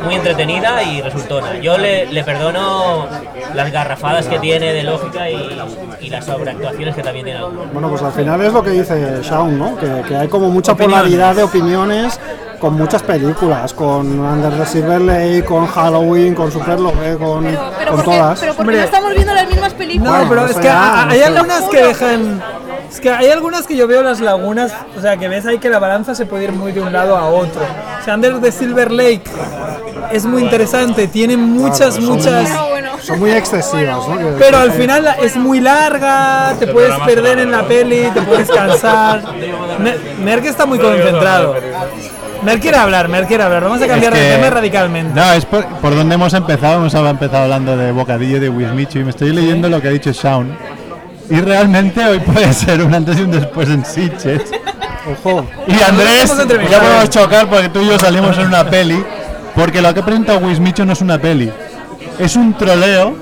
I: muy entretenida y resultona. Yo le, le perdono las garrafadas que tiene de lógica y, y las sobreactuaciones que también tiene. algunos.
B: Bueno, pues al final es lo que dice Shaun, ¿no? Que, que hay como mucha
I: Opiniones.
B: polaridad de opiniones con muchas películas, con Under the Silver Lake, con Halloween, con Super Love, con,
K: Pero
B: con
K: porque,
B: todas. pues
K: pero porque no estamos viendo las mismas películas.
E: No, pero es que a- a- hay
B: sé.
E: algunas que dejan. Es que hay algunas que yo veo las lagunas, o sea, que ves ahí que la balanza se puede ir muy de un lado a otro. O sea, Under the Silver Lake es muy interesante, tiene muchas,
B: Claro, son
E: muchas.
B: muy- Son muy excesivas, ¿no? Que-
E: Pero al final la- es muy larga, te puedes perder en la peli, te puedes cansar. Mer- Merck está muy concentrado. Merck quiere hablar, Merck quiere hablar. Vamos a cambiar
G: Es
E: de
G: que-
E: tema radicalmente.
G: No, es por, por donde hemos empezado. Hemos empezado hablando de bocadillo y de Wismichu y me estoy leyendo lo que ha dicho Shaun. Y realmente hoy puede ser un antes y un después en Sitges.
B: Ojo.
G: Y Andrés,
E: Nos hemos entrevistado.
G: ya podemos chocar porque tú y yo salimos en una peli. Porque lo que ha presentado Wismichu no es una peli. Es un troleo.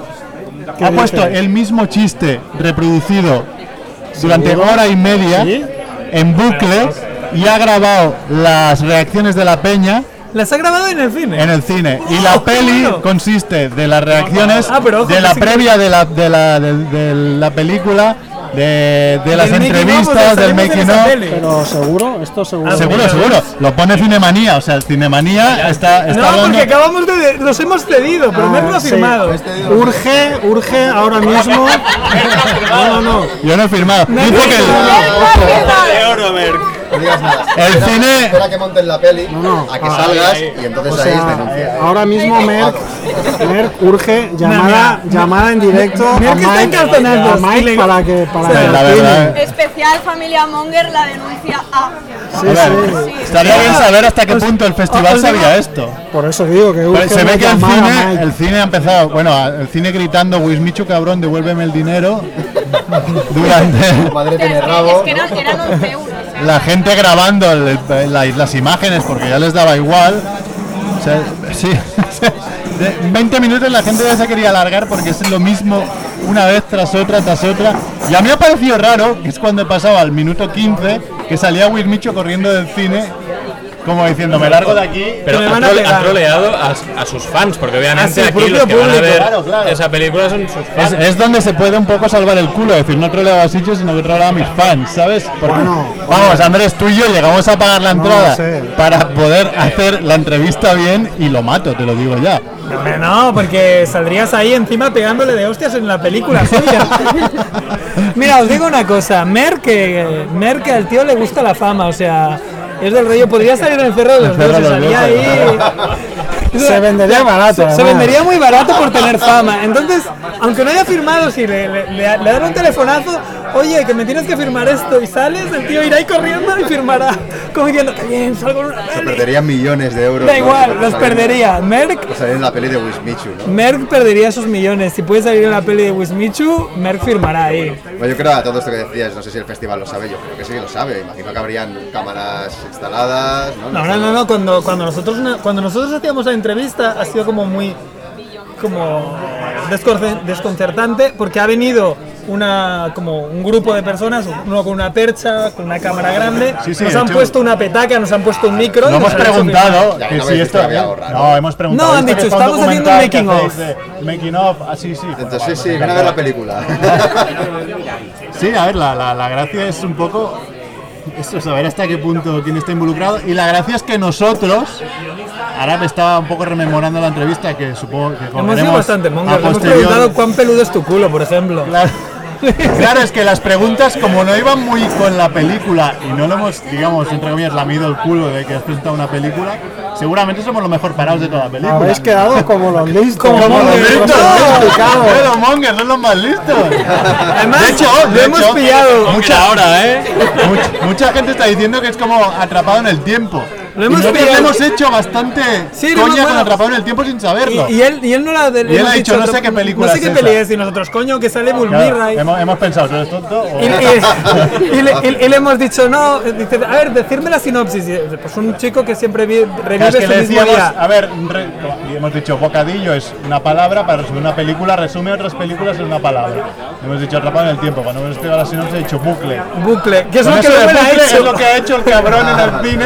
B: ¿Qué
G: Ha puesto
B: dices?
G: el mismo chiste reproducido durante
B: ¿Seguro?
G: hora y media
B: ¿Sí?
G: en bucle y ha grabado las reacciones de la peña
E: Las ha grabado en el cine.
G: en el cine. Y la
E: ¡Oh, qué
G: peli
E: bueno!
G: consiste de las reacciones
E: Ah, pero ojo,
G: de la
E: que sí que-
G: previa de la, de la, de, de la película, de, de las
E: Del making of, o sea,
G: entrevistas, del
E: salimos en
G: making
E: esa
G: of.
E: peli. Ah,
B: Pero seguro, esto seguro.
G: Seguro, seguro. Lo pone Cinemanía, o sea, el Cinemanía está, está
E: No,
G: hablando.
E: porque acabamos de. Los hemos cedido, pero Merck lo ha
B: Ah, sí.
E: firmado.
B: Urge, urge ahora mismo. No, no, no.
G: Yo no he firmado.
B: No,
G: Dijo
B: no,
G: que el-
L: No digas nada.
G: El
L: Espera-
G: cine-
L: Espera que monten la peli, a que
B: Ah, Pues
L: salgas, y entonces
B: O
L: ahí es
B: sea,
L: denuncia.
B: Ahora mismo Merck, Merck urge llamada,
E: mira,
B: llamada en directo a
E: Merck está
B: Mike,
E: encalzonando,
B: a Mike
E: y le-
B: para que para
G: Sí,
B: que
G: la
B: opine.
G: verdad. eh.
K: Especial Familia Monger, la denuncia A.
B: Sí,
G: A ver,
B: sí.
G: Estaría bien saber hasta qué punto el festival
E: os digo-
G: sabía esto.
B: Por eso digo que urge
G: Pues se ve que el
B: llamar a
G: cine,
B: Mike.
G: el cine ha empezado, bueno, a- el cine gritando Wismichu cabrón, devuélveme el dinero durante
L: Tu madre tiene
K: Es
L: rabo.
K: que eran, eran 11 euros. o sea,
G: la gente grabando el- el- la- las imágenes porque ya les daba igual. O sea, sí, de- 20 minutos la gente ya se quería alargar porque es lo mismo una vez tras otra, tras otra. Y a mí me ha parecido raro, que es cuando pasaba al minuto 15, que salía Will Micho corriendo del cine, como diciendo, me largo de aquí.
F: Pero
G: me
F: han,
G: van a
F: trole-
G: pegar".
F: han troleado a, a sus fans, porque obviamente
G: A su
F: aquí los
G: propio
F: que van a
G: público,
F: ver
G: claro, claro.
F: esa película son sus fans.
G: Es, es donde se puede un poco salvar el culo, decir, no troleo a Sicho, sino que troleo a mis fans, ¿sabes? Porque, vamos, Andrés, tú y yo llegamos a pagar la entrada
E: sé.
G: para poder hacer la entrevista bien y lo mato, te lo digo ya.
E: Hombre, no, porque saldrías ahí encima pegándole de hostias en la película suya. Mira, os digo una cosa, Merck, eh, Merck al tío le gusta la fama, o sea, es del rollo, podría salir en el Ferro de los
B: Ferro
E: Dos,
B: de
E: se
B: los
E: salía ahí.
B: Se vendería barato,
E: Se, se
B: además.
E: vendería muy barato por tener fama. Entonces, aunque no haya firmado, si le, le, le- le dan un telefonazo, oye, que me tienes que firmar esto y sales, el tío irá ahí corriendo y firmará, como diciendo, que bien, salgo en una
L: Se perderían millones de euros.
E: Da igual,
L: Por
E: los
L: salir-
E: perdería. Merck-
L: Por salir en la peli de Wismichu, ¿no?
E: Merck perdería esos millones. Si puede salir en la peli de Wismichu, Merck firmará ahí.
L: Bueno, yo creo que a todo esto que decías, no sé si el festival lo sabe, yo creo que sí que lo sabe. Imagino que habrían cámaras instaladas, ¿no?
E: No, no, no, no. Cuando, cuando, nosotros, na- cuando nosotros hacíamos la entrevista ha sido como muy como desconce- desconcertante porque ha venido una como un grupo de personas, uno con una percha, con una cámara grande,
G: Sí, sí,
E: nos
G: de
E: han
G: hecho-
E: puesto una petaca, nos han puesto un micro. y
G: No
E: nos
G: hemos
E: han hecho
G: preguntado
E: firmar.
G: que si esto. No, hemos preguntado.
E: No,
G: ¿esto
E: han
G: que
E: dicho,
G: está
E: estamos haciendo un
G: documental que
E: making
G: hacéis
E: of.
G: de Making of, así, sí. Entonces,
L: sí, sí, ven a ver la película.
G: Sí, a ver, la, la- la gracia es un poco eso, saber hasta qué punto quién está involucrado. Y la gracia es que nosotros, ahora me estaba un poco rememorando la entrevista que supongo que
E: Hemos sido
G: cogeremos
E: bastante
G: a
E: mongers. Hemos
G: posteriori.
E: preguntado cuán peludo es tu culo, por ejemplo.
G: Claro, es que las preguntas, como no iban muy con la película y no lo hemos, digamos, entre comillas, lamido el culo de que has presentado una película, seguramente somos los mejor parados de toda la película.
B: Habéis quedado como los listos.
G: Como los
B: los
G: listos,
B: más picados.
G: eh, los mongers son los más listos.
B: Además, lo hemos pillado.
G: Mucha hora, ¿eh? Mucha, mucha gente está diciendo que es como atrapado en el tiempo.
E: Lo
G: Y
E: hemos
G: nosotros
E: pillado.
G: hemos hecho bastante
E: Sí,
G: coña
E: no, bueno.
G: con atrapado en el tiempo sin saberlo.
E: Y, y él, y él no la
G: Y él
E: hemos
G: ha dicho, no sé qué película
E: No sé
G: es
E: qué
G: esa.
E: peli es, y nosotros, coño, que sale
G: Claro,
E: Bulmira.
G: hemos, hemos pensado, ¿tú eres tonto? o-
E: Y, y- y le, y- y le hemos dicho, no, dice, a ver, decirme la sinopsis. Y, Pues un chico que siempre vi- revive
G: Claro, es que
E: su
G: le
E: mismo
G: decíamos,
E: día.
G: a ver, re- y hemos dicho bocadillo es una palabra para resumir una película, resume otras películas en una palabra. Hemos dicho atrapado en el tiempo, cuando hemos explicado la sinopsis he dicho bucle.
E: Bucle, que es
G: Con
E: lo que
G: eso de
E: Bebel ha
G: bucle
E: hecho.
G: Es lo que ha hecho el cabrón en el cine.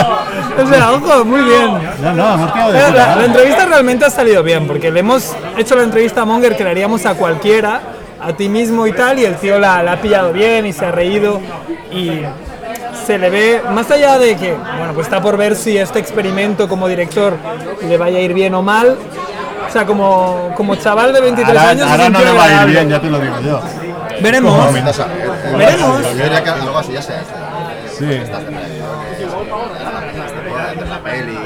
E: O sea, ojo, muy bien.
G: No, no, hemos quedado de
E: Pero
G: puta ¿eh?
E: la,
G: madre.
E: la entrevista realmente ha salido bien, porque le hemos hecho la entrevista a Monger que le haríamos a cualquiera, a ti mismo y tal, y el tío la, la ha pillado bien y se ha reído y se le ve, más allá de que, bueno, pues está por ver si este experimento como director le vaya a ir bien o mal. O sea, como, como chaval de 23
G: Ahora,
E: años... es
G: ahora
E: un
G: no
E: tío
G: le va a ir
E: agradable.
G: bien, ya te lo digo yo.
E: Veremos.
G: Como a mí.
L: Vete a saber, eh.
E: Veremos.
L: Yo diría que algo así ya se hace.
G: Sí.
L: La peli,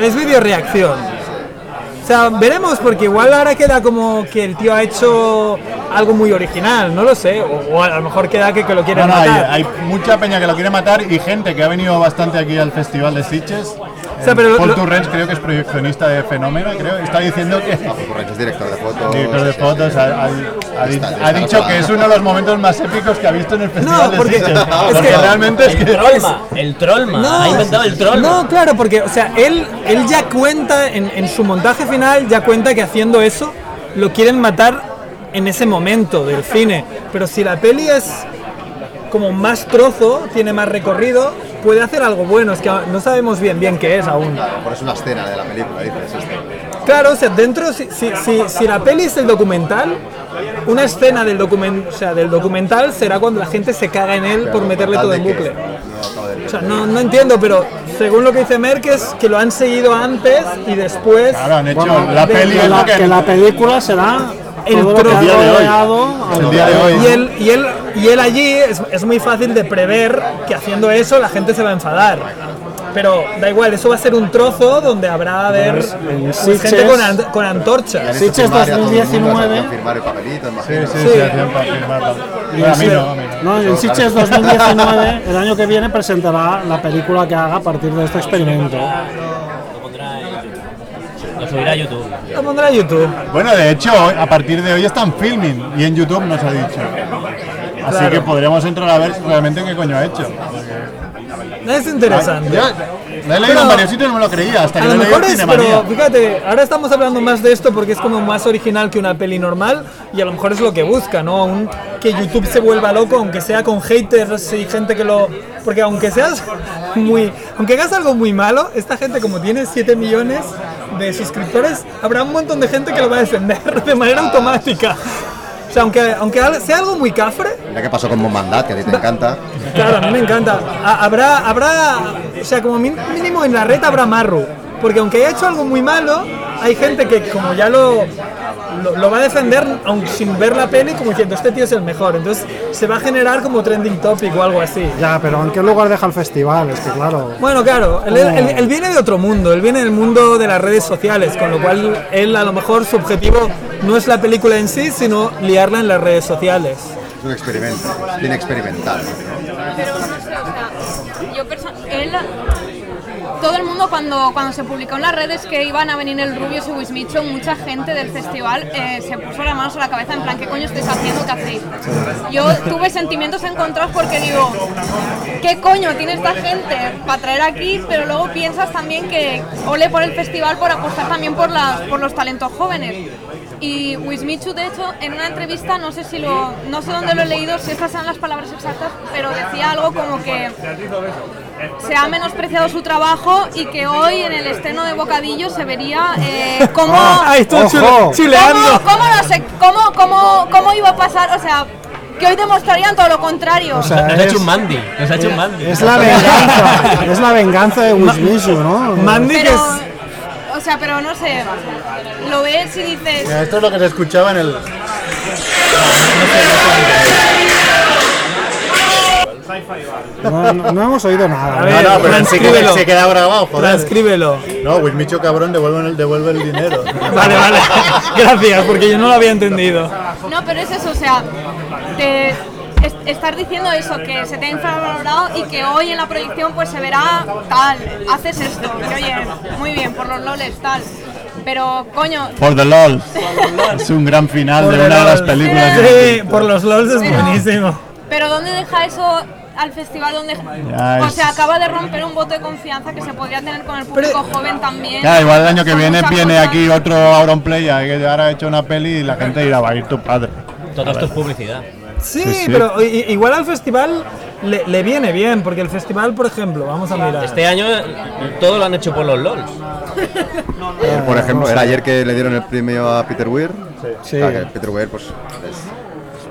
E: Es video reacción. O sea, veremos, porque igual ahora queda como que el tío ha hecho algo muy original, no lo sé. O, o a lo mejor queda que, que lo quieren
G: No, no, hay,
E: matar.
G: hay mucha peña que lo quiere matar y gente que ha venido bastante aquí al festival de Sitges.
E: sea,
G: Eh,
E: pero lo-
G: Paul
E: lo-
G: Turrens creo que es proyeccionista de Fenómeno, creo. Está diciendo que...
L: Turrens Ah, es director de fotos.
G: Director de
L: sí, sí,
G: fotos,
L: sí.
G: ha, ha- ha di-
L: Está,
G: ha
L: está
G: dicho que es uno de los momentos más épicos que ha visto en el festival de
E: porque-
G: Sitges.
E: es que-
G: Porque realmente es que...
I: El trollma, ha inventado el trollma.
E: No, claro, porque, o sea, él, él ya cuenta, en, en su montaje final, ya cuenta que haciendo eso lo quieren matar en ese momento del cine. Pero si la peli es como más trozo, tiene más recorrido, puede hacer algo bueno. Es que no sabemos bien bien qué es aún.
L: Claro, pones una escena de la película, dices. esto.
E: Claro, o sea, dentro, si, si, si, si la peli es el documental, una escena del, documen- o sea, del documental será cuando la gente se caga en él por meterle todo en
L: ¿De qué?
E: bucle.
L: No, acabo de
E: O sea, no, no entiendo, pero según lo que dice Merck es que lo han seguido antes y después...
G: Claro, han hecho
B: Bueno,
G: la
B: de-
G: peli
B: que
G: es lo
B: la-
G: que...
B: que la película será
E: el
B: todo lo que
E: trozo
B: ha
E: de
B: rodeado al-
G: El día de hoy.
E: Y él, y él, y él allí es, es muy fácil de prever que haciendo eso la gente se va a enfadar. Pero da igual, eso va a ser un trozo donde habrá a ver
B: Pues, en
E: pues,
B: Sitges-
E: gente con, an- con
L: Le han
E: antorchas.
L: hecho firmar a todo el mundo, les hacían firmar el papelito,
G: Sí,
L: imagino.
G: sí, sí, hacían para firmarla. Bueno, a mí no, a mí no.
B: No, en Sitges 2019, el año que viene, presentará la película que haga a partir de este experimento.
I: Lo pondrá en YouTube. Lo subirá a YouTube.
E: Lo pondrá en YouTube.
G: Bueno, de hecho, hoy- a partir de hoy están filming y en YouTube nos ha dicho. Así
E: Claro.
G: que podríamos entrar a ver realmente qué coño ha hecho.
E: Es interesante.
G: Ah, ya, lo he leído en varios sitios y no me lo creía, hasta que
E: a lo
G: lo leí
E: mejor
G: en
E: es,
G: Cinemanía.
E: pero fíjate, ahora estamos hablando más de esto porque es como más original que una peli normal y a lo mejor es lo que busca, ¿no? Un- que YouTube se vuelva loco, aunque sea con haters y gente que lo... Porque aunque seas muy... Aunque hagas algo muy malo, esta gente como tiene 7 millones de suscriptores, habrá un montón de gente que lo va a defender de manera automática. O sea, aunque, aunque al- sea algo muy cafre,
L: Mira qué pasó con Bombandat, que a ti te encanta.
E: Claro, a mí me encanta. Ha- habrá, habrá, o sea, como min- mínimo en la red habrá marro. Porque aunque haya hecho algo muy malo, hay gente que como ya lo, lo, lo va a defender aun sin ver la peli, como diciendo, este tío es el mejor. Entonces se va a generar como trending topic o algo así.
B: Ya, pero ¿en qué lugar deja el festival? Es que claro.
E: Bueno, claro, él,
B: Oh.
E: él- él viene de otro mundo, él viene del mundo de las redes sociales, con lo cual él a lo mejor su objetivo no es la película en sí, sino liarla en las redes sociales.
L: Es un experimento, es bien experimental.
K: Pero no sé, o sea, yo perso- él, todo el mundo cuando, cuando se publicó en las redes que iban a venir el Rubius y Wismicho, mucha gente del festival eh, se puso las manos a la cabeza en plan, ¿qué coño estáis haciendo? ¿Qué hacéis? Yo tuve sentimientos encontrados porque digo, ¿qué coño tiene esta gente para traer aquí? Pero luego piensas también que ole por el festival por apostar también por, las, por los talentos jóvenes. Y Wismichu, de hecho, en una entrevista, no sé si lo, no sé dónde lo he leído, si estas son las palabras exactas, pero decía algo como que se ha menospreciado su trabajo y que hoy en el estreno de Bocadillo se vería eh, cómo,
E: ¡Ay, estoy
B: Ojo.
E: chule- chuleando!
K: cómo, cómo no sé, cómo, cómo, cómo iba a pasar, o sea, que hoy demostrarían todo lo contrario.
B: O sea, eh,
F: Nos ha
B: es-
F: hecho un Mandy. Nos ha hecho un Mandy.
B: Es la venganza. es la venganza de Wismichu, ¿no?
E: Mandy
K: Pero, o sea, pero no sé, lo ves y dices,
G: Mira, esto es lo que se escuchaba en el.
B: No, no- no hemos oído nada.
E: A ver,
G: no, no, pero sí que
E: transcríbelo.
G: se queda grabado, joder.
E: Transcríbelo.
G: No, Wismicho cabrón, devuelve el, devuelve el dinero.
E: Vale, vale. Gracias, porque yo no lo había entendido.
K: No, pero es eso, o sea, te es- estar diciendo eso, que se te ha infravalorado y que hoy en la proyección pues se verá tal, haces esto, que oye, muy bien, por los loles, tal. Pero, coño,
G: For the LOL. Es un gran final de una de las películas.
E: Sí, por los LOLs es
K: Pero-
E: buenísimo.
K: pero ¿dónde deja eso al festival? donde
G: Ya
K: O
G: es-
K: sea, acaba de romper un voto de confianza que se podría tener con el público joven también.
G: Ya, igual el año que
K: Son
G: viene
K: muchas
G: viene
K: cosas.
G: aquí otro Auron Play que ahora ha hecho una peli y la gente dirá, va a ir tu padre.
I: Todo
G: A
I: esto es
G: ver.
I: publicidad.
E: Sí,
G: Sí, sí.
E: pero i- igual al festival le, le viene bien, porque el festival, por ejemplo, vamos a mirar.
I: Este año eh, todo lo han hecho por los LOLs.
L: Eh, por ejemplo, era ayer que le dieron el premio a Peter Weir.
B: Sí.
L: O sea, que Peter Weir, pues, es-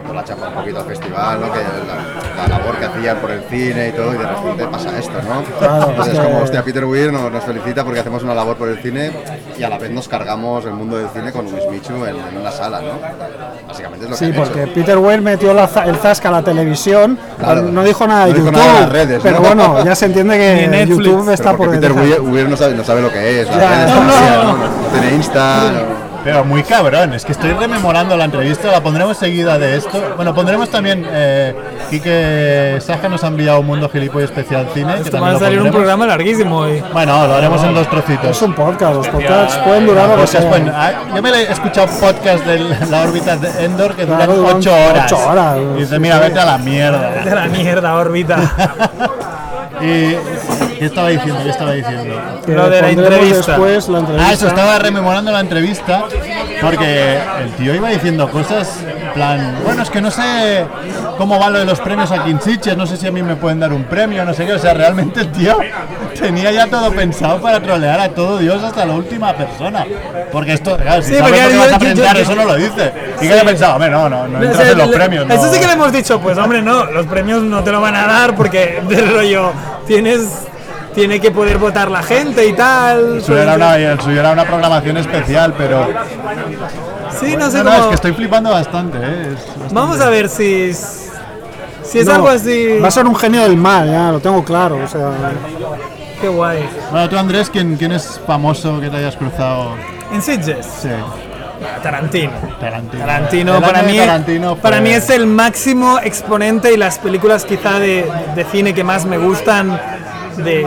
L: nos la chapa un poquito al festival, ¿no? Que la, la labor que hacían por el cine y todo, y de repente pasa esto, ¿no?
B: Claro,
L: Entonces,
B: es que-
L: como, hostia, Peter Weir nos, nos felicita porque hacemos una labor por el cine y a la vez nos cargamos el mundo del cine con Wismichu en, en una sala, ¿no? Básicamente es lo que
B: Sí,
L: han
B: porque
L: hecho.
B: Peter Weir metió la za- el zasca a la televisión,
L: Claro.
B: no dijo nada de
L: No dijo
B: YouTube,
L: nada de las redes,
B: pero
L: ¿no?
B: bueno, ya se entiende
E: Ni
B: que
E: Netflix.
B: YouTube está
L: Pero porque
B: por
L: Peter
B: detrás.
L: Weir, Weir no, sabe, no sabe lo que es, las
B: Ya,
L: redes
B: no,
L: sociales,
B: no.
L: ¿no? No- no tiene Insta, no-
G: Pero muy cabrón, es que estoy rememorando la entrevista, la pondremos seguida de esto. Bueno, pondremos también, eh, Quique Saja nos ha enviado un mundo gilipollas especial cine. que
E: Esto
G: también
E: va a
G: lo
E: salir un
G: pondremos.
E: programa larguísimo hoy.
G: Bueno, lo haremos en dos trocitos.
B: Es un podcast, los podcasts pueden durar lo que
G: Podcast,
B: sea.
G: bueno, ah, yo me he escuchado podcast de la órbita de Endor que duran
B: Claro, duran
G: 8 horas.
B: ocho horas.
G: Y dices,
B: Sí,
G: mira,
B: sí.
G: vete a la mierda.
E: De la mierda, órbita.
G: Y, ¿Qué estaba diciendo? ¿Qué estaba diciendo?
B: Que
E: Lo de la
B: pondremos
E: entrevista.
B: Después, la entrevista.
G: Ah, eso, estaba rememorando la entrevista porque el tío iba diciendo cosas en plan, bueno, es que no sé cómo va lo de los premios aquí en Sitges, no sé si a mí me pueden dar un premio, no sé qué, o sea, realmente el tío tenía ya todo pensado para trolear a todo Dios hasta la última persona, porque esto, claro, si
E: Sí,
G: sabes
E: porque
G: lo que
E: yo-
G: vas a
E: yo- yo-
G: presentar,
E: yo-
G: eso no lo dice. Y
E: Sí.
G: que le pensaba, hombre, no, no, no
E: O
G: entras
E: sea,
G: en los
E: le-
G: premios,
E: Eso
G: no".
E: sí que le hemos dicho, pues hombre, no, los premios no te lo van a dar porque del rollo tienes tiene que poder votar la gente y tal. pues,
G: El suyo, era una, el suyo era una programación especial, pero...
E: Sí, no
G: No,
E: sé
G: no,
E: cómo.
G: es que estoy flipando bastante, ¿eh? es bastante-
E: Vamos a ver si es- si es
B: No,
E: algo así.
B: Va a ser un genio del mal, ya lo tengo claro. O sea,
E: Qué guay.
G: Bueno, tú Andrés, ¿quién, quién es famoso que te hayas cruzado?
E: En Sitges,
G: Sí,
E: Tarantino.
G: Tarantino.
E: Tarantino,
G: El
E: para
G: año de
E: mí,
G: Tarantino fue-
E: para mí es el máximo exponente y las películas quizá de, de cine que más me gustan de,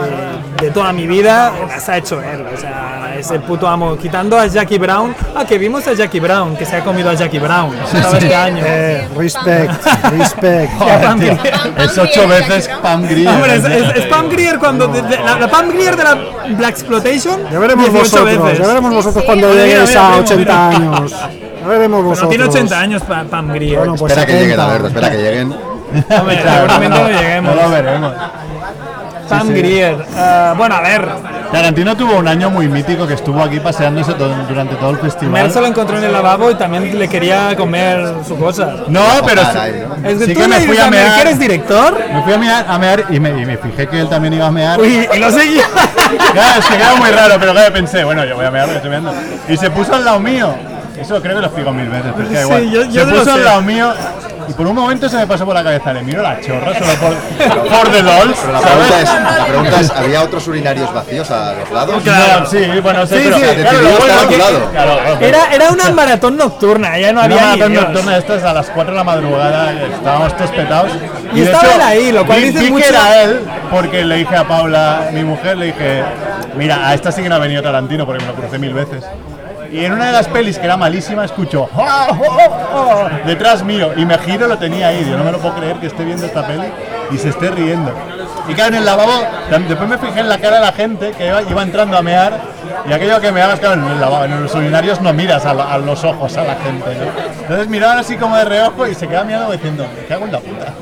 E: de toda mi vida las ha hecho él. O sea, es el puto amo. Quitando a Jackie Brown. Ah, que vimos a Jackie Brown, que se ha comido a Jackie Brown. ¿sabes? Este año.
B: Eh, respect, respect.
E: Joder, Pam tío. Grier.
G: Es ocho veces Pam Grier.
E: Hombre, es, es- es Pam Grier cuando. de- de- la, la Pam Grier de la Black Exploitation.
B: Ya
E: 18
B: veremos vosotros,
E: veces.
B: ya veremos vosotros cuando
E: Mira,
B: lleguéis
E: mira,
B: a
E: mira,
B: 80
E: mira.
B: años. Ya veremos
E: Pero no
B: vosotros.
E: tiene 80 años Pa- Pam Grier.
B: Bueno, pues
L: espera que lleguen,
B: 70.
L: Alberto, espera que lleguen.
E: Hombre, seguramente no lleguemos.
G: No lo veremos.
E: Pam
G: Sí, sí.
E: Grier. Ah, bueno, a ver.
G: Tarantino tuvo un año muy mítico que estuvo aquí paseándose todo- durante todo el festival.
E: Mer se lo encontró en el lavabo y también le quería comer su cosa.
G: No,
L: ¿eh?
G: pero sí,
E: Es que
G: sí
E: tú
G: que
E: le
G: me fui
E: dices
G: a
E: a Mer,
G: mear.
E: "¿Que eres director?
G: Me fui a mear, a mear y, me, y me fijé que él también iba a mear.
E: Uy, y lo seguía.
G: Claro, se quedaba muy raro, pero claro, pensé, bueno, yo voy a mear, me estoy meando. Y se puso al lado mío. Eso creo que lo explico mil veces, pero es que da
E: Sí,
G: igual.
E: yo- yo
G: se
E: no lo
G: puso
E: sé.
G: al lado mío y por un momento se me pasó por la cabeza, le miro la chorra solo por, por the dolls.
L: Pero la pregunta, es, la pregunta es, ¿había otros urinarios vacíos a los lados?
G: Claro, sí, bueno, sí, pero-
L: O sea,
G: sí,
L: decidió
G: claro, lo
L: estar a
G: bueno
L: tu
G: que-
L: lado.
G: claro, claro.
E: Era, era una maratón nocturna, ya no
G: Una
E: había ni
G: maratón
E: Dios.
G: nocturna estas a las 4 de la madrugada, estábamos todos petados.
E: Y estaba él ahí, lo cual
G: vi-
E: dice
G: vi
E: mucho-
G: que era él, porque le dije a Paula, mi mujer, le dije, mira, a esta sí que no ha venido Tarantino, porque me lo crucé mil veces. Y en una de las pelis que era malísima, escucho "Ah, oh, oh, oh", detrás mío y me giro, lo tenía ahí. Yo no me lo puedo creer que esté viendo esta peli y se esté riendo. Y claro, en el lavabo, tam- después me fijé en la cara de la gente que iba, iba entrando a mear. Y aquello que me hagas, claro, en el lavabo, en los urinarios no miras a, la- a los ojos a la gente, ¿no? Entonces miraban así como de reojo y se quedaban mirando diciendo, ¿qué hago en la puta?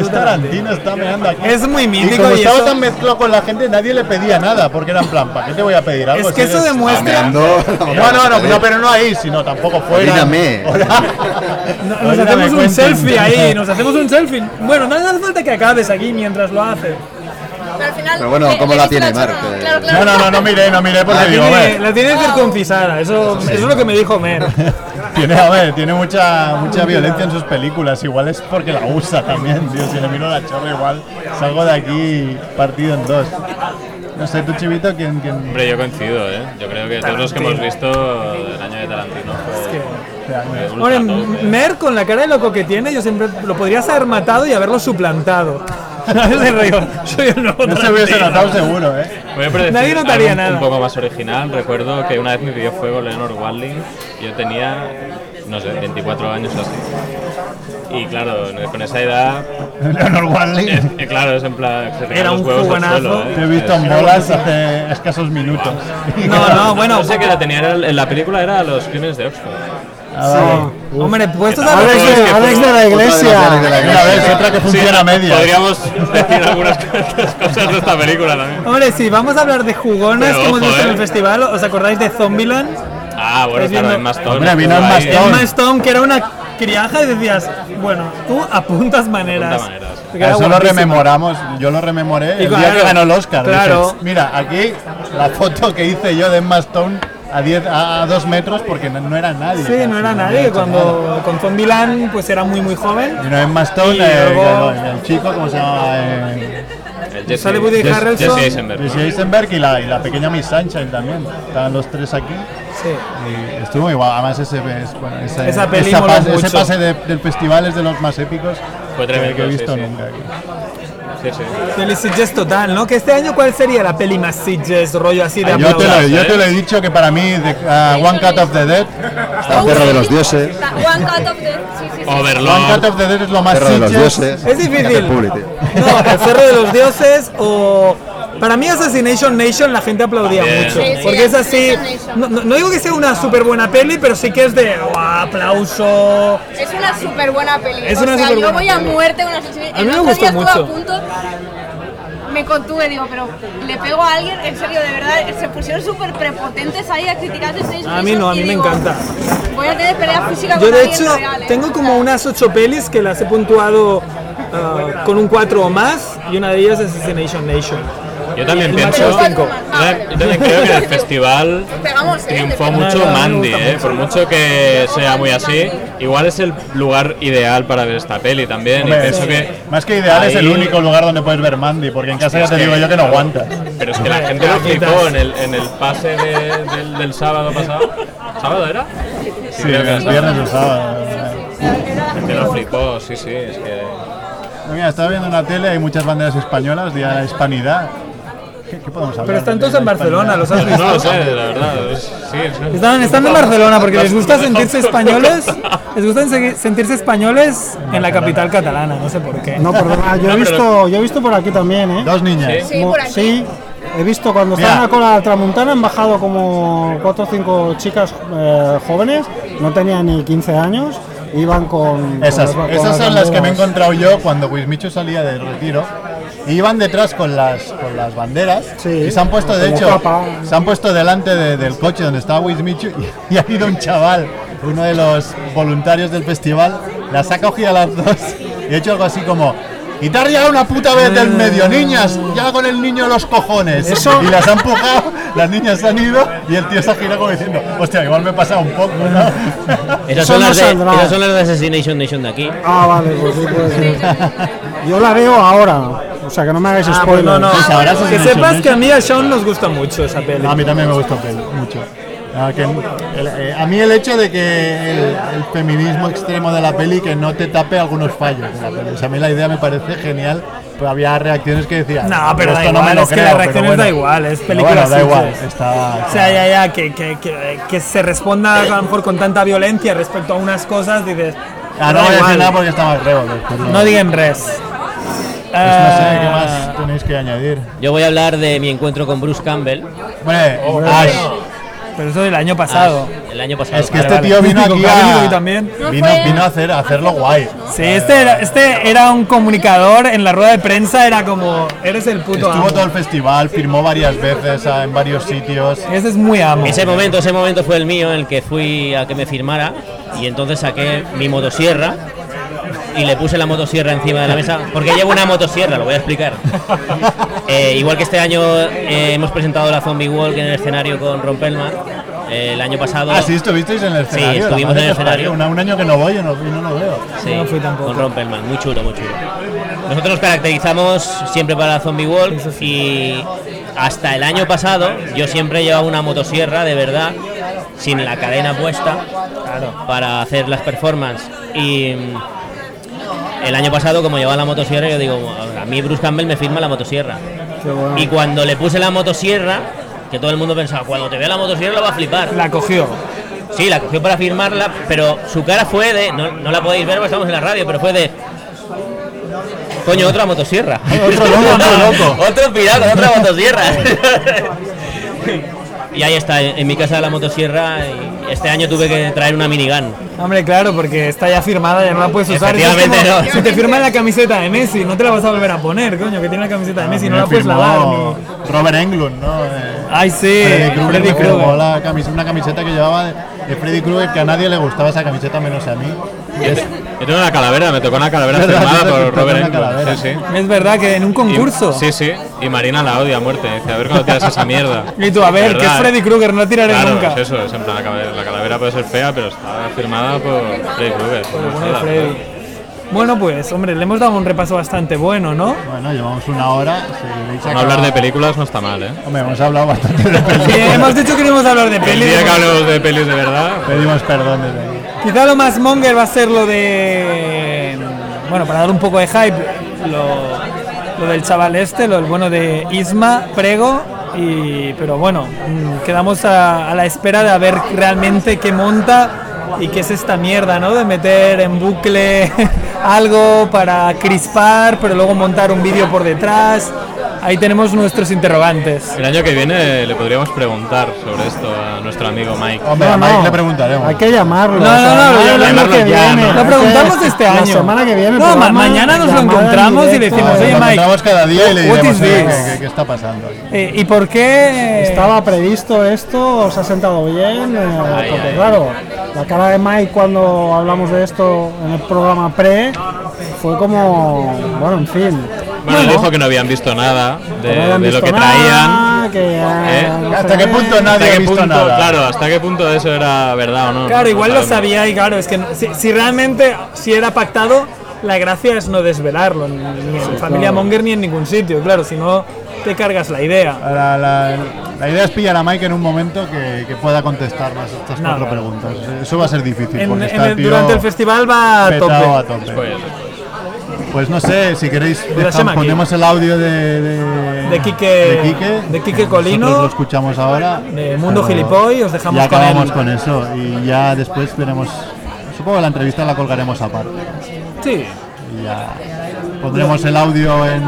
G: Es Tarantino, está meando aquí.
E: Es muy mítico
G: Y como
E: y
G: estaba
E: eso-
G: tan mezclado con la gente, nadie le pedía nada, porque era en plan, ¿para qué te voy a pedir algo?
E: Es que
G: Si
E: eso
G: eres-
E: demuestra-
L: Meando,
G: no, no, no, no, pero no ahí, sino tampoco fuera.
L: Oríname.
E: No, Nos hacemos un selfie ahí, nos hacemos un selfie. Bueno, no hace falta que acabes aquí mientras lo haces.
K: Pero al final.
L: Pero bueno,
K: le-
L: ¿cómo
K: le
L: la
K: viste
L: tiene Mar?
K: chorra.
L: Que-
K: Eh, Claro, claro.
G: No, no, no, no miré, no miré porque
E: La
G: digo,
E: tiene,
G: "Hombre,
E: la tiene circuncisada, eso, eso es lo que me dijo Mer.
G: tiene, a ver, tiene mucha, mucha violencia en sus películas, igual es porque la usa también, tío. Si le miro la chorra igual, salgo de aquí partido en dos. No sé, tú chivito, ¿quién, quién
F: Hombre, yo coincido, ¿eh? Yo creo que todos los que hemos visto el año de Tarantino fue, fue ultra
E: Hombre,
F: top, ¿eh?
E: Mer con la cara de loco que tiene, yo siempre lo podrías haber matado y haberlo suplantado. ¿Sabes? De rollo, Soy el nuevo
G: No se hubiese
E: Tarantino.
G: notado seguro, ¿eh?
F: Voy a predecir
E: Nadie notaría
F: algo
E: nada.
F: Un poco más original. Recuerdo que una vez me pidió fuego Leonor Walding. Yo tenía, no sé, 24 años o así. Y claro, con esa edad.
G: Leonor Walding.
F: Eh, eh, claro, es en plan. Se te
E: Era
F: caen los
E: un
F: huevos al
E: juganazo.
F: suelo, ¿eh?
G: Te he visto en
F: Es-
G: bolas hace escasos minutos.
E: No, no, bueno. pues-
F: No sé qué edad tenía. era- en la película era Los Crímenes de Oxford.
G: Ah,
E: Hombre, puestos a
B: Alex,
F: Es que
B: de, Alex de la
G: vale.
B: iglesia.
G: Mira, ves, otra que funciona a medias.
F: Podríamos decir algunas cuantas cosas de esta película también.
E: Hombre, si vamos a hablar de jugones
F: Pero
E: que hemos
F: ojo,
E: visto en
F: eh.
E: el festival, ¿os acordáis de Zombieland?
F: Ah, bueno, claro,
E: Estáis viendo-
F: en Maston.
G: Hombre, a mí no es
F: ¿eh?
G: Emma Stone.
E: Emma Stone, que era una criaja y decías, bueno, tú apuntas maneras.
F: Apunta maneras.
E: Porque era
G: Eso lo
E: guapísima.
G: rememoramos, yo lo rememoré el
E: Y
G: día
E: claro,
G: que ganó el Oscar.
E: claro.
G: Dices, Mira, aquí la foto que hice yo de Emma Stone a, 10 a 2 metros porque no, no era nadie.
E: Sí, no era nadie. Cuando con Zombieland pues era muy muy joven.
G: Y no Emma Stone,
E: Y
G: eh,
E: luego-
G: el, el chico, ¿cómo se llama? Eh,
F: El Jesse,
E: Sale Woody
F: Jesse-
E: Harrelson.
F: Jesse Eisenberg.
G: Jesse Eisenberg y la, y la pequeña Miss Sunshine también. Estaban los tres aquí.
E: Sí.
G: Y estuvo muy guay. Además, ese, es- bueno, ese,
E: Esa peli
G: esa
E: moló
G: pase, ese
E: mucho.
G: pase de- del festival es de los más épicos
F: Fue
G: que,
F: tremendo,
G: que he visto
F: sí, sí.
G: nunca.
F: Sí, sí.
E: El Sitges total, ¿no? Que este año cuál sería la peli más Sitges, rollo así de
G: Ah, Yo te, lo,
F: ¿eh?
E: aplaudir.
G: yo te lo he dicho que para mí, de- ah, One Cut of the Dead,
L: Está el perro de los dioses.
K: La- One cut of the. Sí, sí, sí.
G: One Cut
F: Overlord.
G: of the Dead es lo más
L: Perro de los
G: sitges.
L: dioses.
E: Es difícil.
L: Hacer publicity.
E: No, el Cerro de los Dioses o para mí Assassination Nation la gente aplaudía
F: Bien.
E: mucho
F: Sí,
K: sí,
E: porque es así.
K: Assassination
E: No,
K: Nation.
E: no- no digo que sea una súper buena peli, pero sí que es de "Guau, aplauso.
K: Es una súper buena peli.
E: Es
K: o
E: una
K: sea,
E: superbuena
K: yo voy a
E: peli.
K: muerte con Assassination.
E: A mí me
K: El otro
E: gustó
K: día estuve
E: mucho.
K: a punto. Me contuve, digo, pero le pego a alguien, en serio, de verdad, se pusieron súper prepotentes ahí a criticar Assassination.
E: A mí no, a mí
K: y
E: me
K: digo,
E: encanta.
K: Voy a tener pelea física
E: Yo
K: con
E: de
K: alguien
E: hecho
K: real, ¿eh?
E: tengo como unas ocho pelis que las he puntuado ah, con un 4 o más y una de ellas es Assassination Nation.
F: Yo también
E: El
F: pienso.
E: máximo
F: Yo
E: cinco.
F: también yo también creo que en el festival
K: Pegamos, ¿eh?
F: triunfó
K: Le pegamos.
F: mucho
E: Nada, me
F: Mandy,
E: gusta
F: ¿eh? Por mucho que sea muy así, igual es el lugar ideal para ver esta peli también. Y
G: Hombre,
F: pienso
G: es-
F: que.
G: Más que ideal, es el
F: ahí-
G: único lugar donde puedes ver Mandy, porque en casa ya
F: Es
G: te
F: que-
G: digo yo que no aguantas.
F: Pero es que la gente lo flipó en el, en el pase de- del, del sábado pasado. ¿Sábado era?
G: Sí,
F: creo que
G: los
F: era
G: viernes
F: sábado.
G: o sábado.
F: La gente lo flipó, sí, sí. Es que.
G: Mira, estaba viendo en la tele, hay muchas banderas españolas, día de la hispanidad. qué podemos hablar?
E: Pero están
G: de
E: todos
G: la
E: en Barcelona,
G: hispanidad?
E: los has visto.
F: No lo sé, la verdad. es- sí, es-
E: Están, están en Barcelona porque les gusta
F: No, no,
E: sentirse
F: no, no,
E: españoles. Les gusta se- sentirse españoles en la capital catalana, no sé por qué.
B: No, perdona, yo he visto, yo he visto por aquí también, ¿eh?
G: Dos
E: niñas. Sí,
B: Mo-
E: por aquí.
B: sí, he visto cuando estaba en la cola de Tramontana han bajado como cuatro o cinco chicas eh, jóvenes, no tenían ni 15 años, iban con
G: Esas,
B: con- con
G: esas son
B: banderas.
G: las que me he encontrado yo cuando Wismichu salía del retiro. Y iban detrás con las, con las banderas y se han puesto, de
B: como
G: hecho,
B: papa.
G: se han puesto delante de- del coche donde estaba Wismichu y, y ha ido un chaval, uno de los voluntarios del festival, las ha cogido a las dos y ha hecho algo así como... Y te has llegado una puta vez del medio, niñas, ya con el niño los cojones.
B: Eso-
G: Y las han empujado, las niñas se han ido y el tío se ha girado como diciendo, hostia, igual me he pasado un poco, ¿no?
I: Esas
B: Eso
I: son,
B: no
I: las de,
B: saldrá.
I: esas son las de Assassination Nation de aquí.
B: Ah, vale, pues sí puede ser. Yo la veo ahora, o sea que no me hagáis
E: Ah,
B: spoiler.
E: pues no, no. Que sepas que a mí a Sean nos gusta mucho esa peli.
G: A mí también me gusta pel- mucho. Ah, que el- eh, a mí el hecho de que el, el feminismo extremo de la peli que no te tape algunos fallos de la peli. O sea, a mí la idea me parece genial, pero había reacciones que decían...
E: No, Ah, pero da
G: "Esto no me
E: igual,
G: lo
E: es que
G: creo",
E: las
G: pero
E: reacciones
G: bueno.
E: da igual, es
G: Pero
E: película
G: Bueno, da
E: así,
G: igual,
E: sí.
G: está...
E: O sea, ya, ya, que, que, que, que se responda a lo mejor con tanta violencia respecto a unas cosas, dices.
G: Ah, no
E: da
G: voy a decir
E: igual.
G: nada porque está mal reo. pero-
E: No digan res.
G: Pues
E: Ah.
G: no sé, ¿qué más tenéis que añadir?
I: Yo voy a hablar de mi encuentro con Bruce Campbell.
G: Hombre,
E: Pero eso del año pasado.
I: Ash, el año pasado.
G: Es que
I: Vale,
G: este
I: vale.
G: tío vino
E: Mítico
G: aquí
E: que ha venido
G: a...
E: hoy también. No
G: Vino,
E: fue-
G: vino a, hacer, a hacerlo guay.
E: Sí, este era, este era un comunicador en la rueda de prensa, era como, eres el puto
G: Estuvo
E: amo.
G: todo el festival, firmó varias veces ah, en varios sitios.
E: Ese es muy amo.
I: Ese momento, ese momento fue el mío en el que fui a que me firmara y entonces saqué mi motosierra y le puse la motosierra encima de la mesa porque llevo una motosierra, lo voy a explicar. Eh, igual que este año eh, hemos presentado la Zombie Walk en el escenario con Rompelman, eh, el año pasado.
G: Ah, sí, estuvisteis en el escenario.
I: Sí,
G: la
I: estuvimos
G: madre
I: en el
G: que os parió.
I: escenario.
G: Una- un año que no voy y no, y no lo veo.
I: Sí, con Rompelman, muy chulo, muy chulo. Nosotros nos caracterizamos siempre para la Zombie Walk y hasta el año pasado yo siempre llevaba una motosierra de verdad, sin la cadena puesta, para hacer las performances. Y mm, el año pasado, como llevaba la motosierra, yo digo, a mí Bruce Campbell me firma la motosierra. Y cuando le puse la motosierra, que todo el mundo pensaba, cuando te vea la motosierra lo va a flipar.
E: La cogió.
I: Sí, la cogió para firmarla, pero su cara fue de. No, no la podéis ver porque estamos en la radio, pero fue de. Coño, otra motosierra.
G: Otro loco, otro loco.
I: otro pirata, otra motosierra. y ahí está, en mi casa la motosierra. Y este año tuve que traer una minigun.
E: Hombre, claro, porque está ya firmada, ya no la puedes usar. Eso es
I: Efectivamente,
E: como
I: no.
E: Si te firman la camiseta de Messi, no te la vas a volver a poner, coño, que tiene la camiseta de Messi,
G: Ah,
E: no
G: Me
E: la puedes
G: firmó
E: lavar. ni-
G: Robert Englund, ¿no? Eh,
E: Ay, sí,
G: Freddy Krueger.
E: Freddy
G: me
E: Krueger.
G: firmó la camis- una camiseta que llevaba de, de Freddy Krueger que a nadie le gustaba esa camiseta menos a mí. Y es-
F: Yo tengo una calavera, me tocó una calavera
G: ¿Verdad?
F: firmada
G: Te
F: por
G: tocó
F: Robert
G: una
F: Englund.
G: calavera.
F: Sí, sí.
E: Es verdad que en un concurso.
F: Y- sí, sí. Y Marina la odia a muerte. Dice, a ver cuando tiras esa mierda.
E: Y tú, a ver, que es
F: ¿Verdad?
E: Freddy Krueger, no la tiraré
F: Claro,
E: nunca.
F: es eso. Es en plan, la calavera, la calavera puede ser fea, pero está firmada por Freddy Krueger. No sé,
E: Bueno,
F: la
E: Freddy.
F: verdad.
E: Bueno, pues, hombre, le hemos dado un repaso bastante bueno, ¿no?
G: Bueno, llevamos una hora. si queréis
F: No
G: acabar-
F: hablar de películas no está mal, ¿eh?
G: Hombre, hemos hablado bastante de
E: Sí,
G: películas.
E: hemos dicho que íbamos a hablar de
F: El
E: pelis.
F: día que hablemos de pelis de verdad,
G: Pedimos perdón desde aquí.
E: Quizá lo más monger va a ser lo de. Bueno, para dar un poco de hype, lo, lo del chaval este, lo del bueno de Isma, Prego. Y, pero bueno, mm, quedamos a, a la espera de a ver realmente qué monta y qué es esta mierda, ¿no? De meter en bucle algo para crispar, pero luego montar un vídeo por detrás. Ahí tenemos nuestros interrogantes.
F: el año que viene le podríamos preguntar sobre esto a nuestro amigo Mike.
G: Hombre, a
B: No,
G: Mike
B: no.
G: le preguntaremos.
B: Hay que llamarlo.
E: No, no, no,
B: hay que
E: no, no,
B: llamarlo
F: no,
B: que
F: ya,
B: viene.
F: no.
E: Lo preguntamos este
B: La
E: año.
B: semana que viene.
E: No, ma-
B: programa,
E: mañana nos lo
B: llamada en
E: encontramos y le
B: directo.
E: decimos,
G: Nos
E: oye, Mike,
G: encontramos cada día y le
E: what
G: diremos
E: is
G: "Oye,
E: this?"
G: ¿qué, qué- qué está pasando. aquí?".
E: Eh, ¿Y por qué?
B: Estaba previsto esto, os ha sentado bien, Eh, porque
F: ay.
B: claro, la cara de Mike cuando hablamos de esto en el programa pre fue como, bueno, en fin.
F: Bueno, le dijo que no habían visto nada de,
B: no habían
F: de lo
B: visto
F: que
B: nada,
F: traían.
B: que,
F: ¿Eh?
B: ah, no
G: ¿Hasta
B: sé
G: qué punto nadie
F: ¿Hasta
G: ha
F: qué
G: visto
F: punto,
G: nada?
F: claro, hasta qué punto eso era verdad o no?
E: Claro,
F: No
E: igual lo
F: sabemos.
E: sabía y claro, es que no- si, si realmente si era pactado, la gracia es no desvelarlo, ni ni en Familia Monger ni en ningún sitio, claro, si no te cargas la idea.
G: La, la- la idea es pillar a Mike en un momento que, que pueda contestarnos estas
E: No,
G: cuatro
E: no.
G: preguntas. Eso va a ser difícil.
E: En-
G: porque
E: en
G: está
E: el-
G: el tío
E: durante el festival va a
G: petado
E: tope.
G: a tope.
F: Pues,
G: Pues no sé, si queréis,
E: Lo hacemos
G: dejamos-
E: aquí.
G: ponemos el audio de. De,
E: De Quique- de Quique Colino.
G: Nosotros lo escuchamos ahora.
E: De Mundo
G: pero
E: Gilipoy, os dejamos
G: Ya
E: con
G: acabamos
E: él.
G: con eso. Y ya después veremos. Supongo que la entrevista la colgaremos aparte.
E: Sí.
G: Y ya pondremos el audio en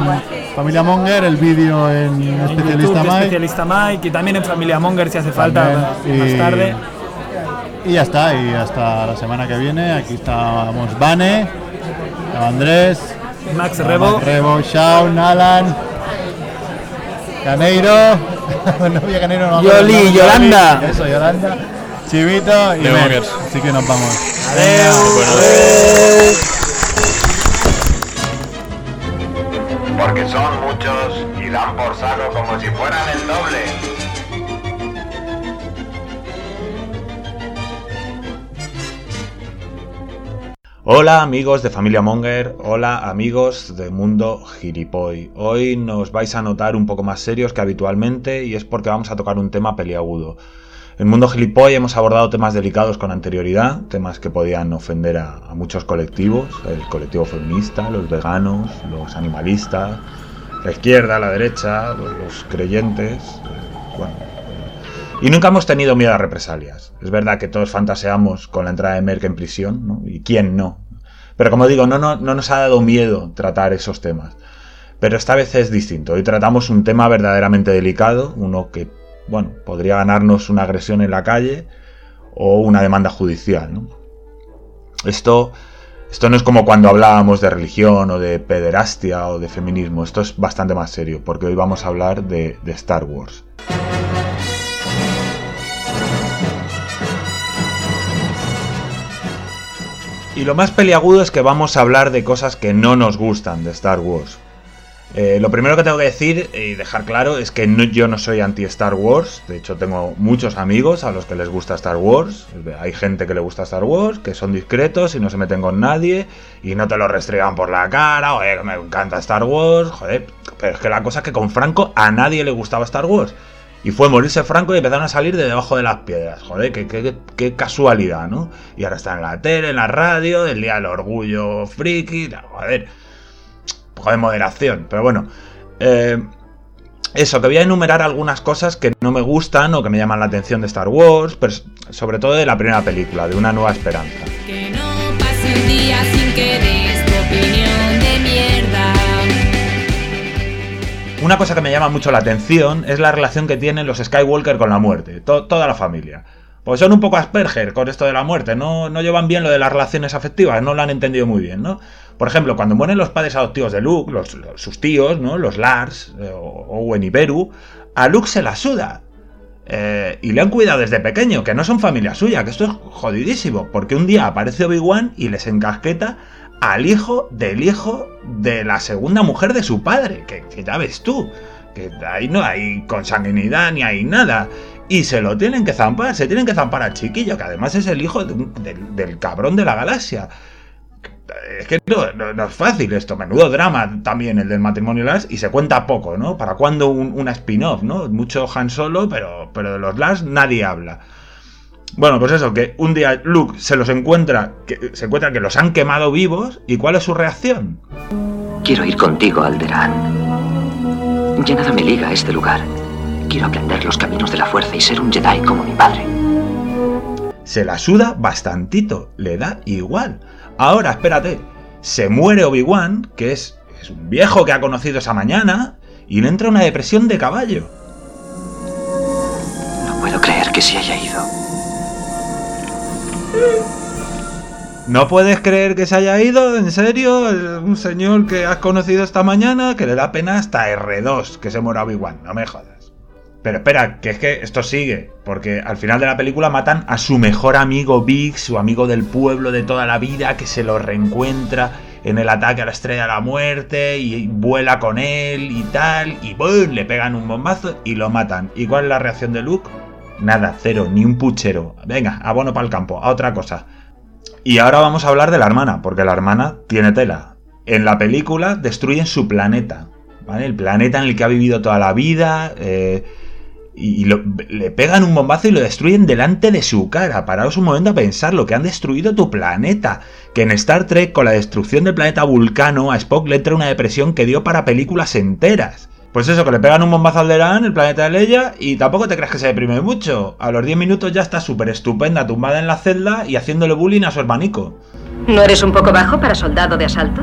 G: Familia Monger, el vídeo en Especialista
E: YouTube,
G: Mike.
E: especialista Mike y también en Familia Monger si hace falta
G: También,
E: más
G: y-
E: tarde.
G: Y ya está, y hasta la semana que viene. Aquí estamos Vane, estaba Andrés,
E: Max
G: estaba
E: Rebo.
G: Max Rebo, Shaun, Alan, Caneiro, no había Caneiro, no me acuerdo
E: Yoli,
G: el nombre,
E: Yolanda.
G: Yoli, Eso, Yolanda, Chivito y
F: De
G: Mer.
F: Mongers.
G: Así que nos vamos.
D: Porque son muchos y dan por saco como si fueran el doble.
M: Hola amigos de Familia Monger, hola amigos de Mundo Gilipoy. Hoy nos vais a notar un poco más serios que habitualmente y es porque vamos a tocar un tema peliagudo. En Mundo Gilipoy hemos abordado temas delicados con anterioridad, temas que podían ofender a, a muchos colectivos, el colectivo feminista, los veganos, los animalistas, la izquierda, la derecha, los creyentes, eh, bueno, eh. y nunca hemos tenido miedo a represalias. Es verdad que todos fantaseamos con la entrada de Merck en prisión, ¿no? ¿Y quién no? Pero como digo, no, no, no nos ha dado miedo tratar esos temas. Pero esta vez es distinto. Hoy tratamos un tema verdaderamente delicado, uno que, bueno, podría ganarnos una agresión en la calle o una demanda judicial, ¿no? Esto, esto no es como cuando hablábamos de religión o de pederastia o de feminismo. Esto es bastante más serio, porque hoy vamos a hablar de- de Star Wars. Y lo más peliagudo es que vamos a hablar de cosas que no nos gustan de Star Wars. Eh, lo primero que tengo que decir y dejar claro es que no- yo no soy anti-Star Wars. De hecho, tengo muchos amigos a los que les gusta Star Wars. Hay gente que le gusta Star Wars, que son discretos y no se meten con nadie. Y no te lo restregan por la cara. Oye, que me encanta Star Wars. Joder, pero es que la cosa es que con Franco a nadie le gustaba Star Wars. Y fue morirse Franco y empezaron a salir de debajo de las piedras. Joder, qué, qué- qué casualidad, ¿no? Y ahora está en la tele, en la radio, el día del orgullo friki. Joder, poco de moderación. Pero bueno, eh, eso, que voy a enumerar algunas cosas que no me gustan o que me llaman la atención de Star Wars, pero sobre todo de la primera película, de Una Nueva Esperanza.
N: Que no pase un día sin que des tu opinión de mierda.
M: Una cosa que me llama mucho la atención es la relación que tienen los Skywalker con la muerte, to- toda la familia. Pues son un poco Asperger con esto de la muerte, no, no llevan bien lo de las relaciones afectivas, no lo han entendido muy bien, ¿no? Por ejemplo, cuando mueren los padres adoptivos de Luke, los- los- sus tíos, ¿no? Los Lars, eh, o- Owen y Beru, a Luke se la suda. Eh, y le han cuidado desde pequeño, que no son familia suya, que esto es jodidísimo, porque un día aparece Obi-Wan y les encasqueta al hijo del hijo de la segunda mujer de su padre, que, que ya ves tú, que ahí no hay consanguinidad ni hay nada. Y se lo tienen que zampar, se tienen que zampar al chiquillo, que además es el hijo de un- del- del cabrón de la galaxia. Es que no, no- no es fácil esto, menudo drama también el del matrimonio Lars, y se cuenta poco, ¿no? ¿Para cuándo un- una spin-off, ¿no? Mucho Han Solo, pero, pero de los Lars nadie habla. Bueno, pues eso, que un día Luke se los encuentra, que, se encuentra que los han quemado vivos, ¿y cuál es su reacción?
O: Quiero ir contigo, Alderaan. Ya nada me liga a este lugar. Quiero aprender los caminos de la fuerza y ser un Jedi como mi padre.
M: se la suda bastantito, le da igual. Ahora, espérate, se muere Obi-Wan, que es, es un viejo que ha conocido esa mañana, y le entra una depresión de caballo.
O: No puedo creer que se haya ido.
M: ¿No puedes creer que se haya ido? ¿En serio? Es Un señor que has conocido esta mañana que le da pena hasta R2 que se muera Obi-Wan, no me jodas. Pero espera, que es que esto sigue, porque al final de la película matan a su mejor amigo Big, su amigo del pueblo de toda la vida, que se lo reencuentra en el ataque a la estrella de la muerte y vuela con él y tal, y ¡boom! le pegan un bombazo y lo matan. ¿Y cuál es la reacción de Luke? Nada, cero, ni un puchero. Venga, abono para el campo, a otra cosa. Y ahora vamos a hablar de la hermana, porque la hermana tiene tela. En la película destruyen su planeta, ¿vale? El planeta en el que ha vivido toda la vida, eh, y lo- le pegan un bombazo y lo destruyen delante de su cara. Paraos un momento a pensar lo que han destruido tu planeta. Que en Star Trek, con la destrucción del planeta Vulcano, a Spock le entra una depresión que dio para películas enteras. Pues eso, que le pegan un bombazo al Deran, el planeta de Leia, y tampoco te creas que se deprime mucho. A los 10 minutos ya está súper estupenda, tumbada en la celda y haciéndole bullying a su hermanico.
P: ¿No eres un poco bajo para soldado de asalto?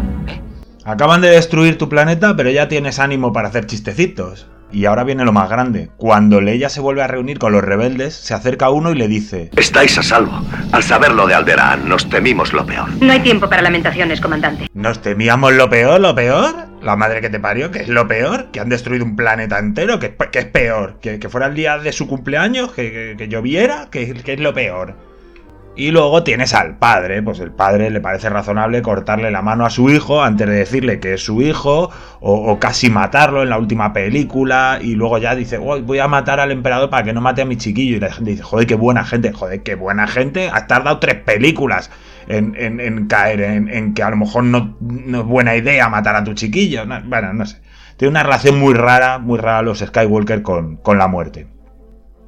M: Acaban de destruir tu planeta, pero ya tienes ánimo para hacer chistecitos. Y ahora viene lo más grande. Cuando Leia se vuelve a reunir con los rebeldes, se acerca uno y le dice...
Q: Estáis a salvo. Al saberlo de Alderaan, nos temimos lo peor.
P: No hay tiempo para lamentaciones, comandante.
M: ¿Nos temíamos lo peor, lo peor? La madre que te parió, que es lo peor, que han destruido un planeta entero, que, que es peor, que, que fuera el día de su cumpleaños, que, que- que lloviera, que, que es lo peor. Y luego tienes al padre, pues el padre le parece razonable cortarle la mano a su hijo antes de decirle que es su hijo, o, o casi matarlo en la última película, y luego ya dice, "Uy, voy a matar al emperador para que no mate a mi chiquillo, y la gente dice, joder, qué buena gente, joder, qué buena gente, has tardado tres películas en, en- en caer en, en que a lo mejor no, no es buena idea matar a tu chiquillo, No, bueno, no sé. Tiene una relación muy rara, muy rara los Skywalker con- con la muerte.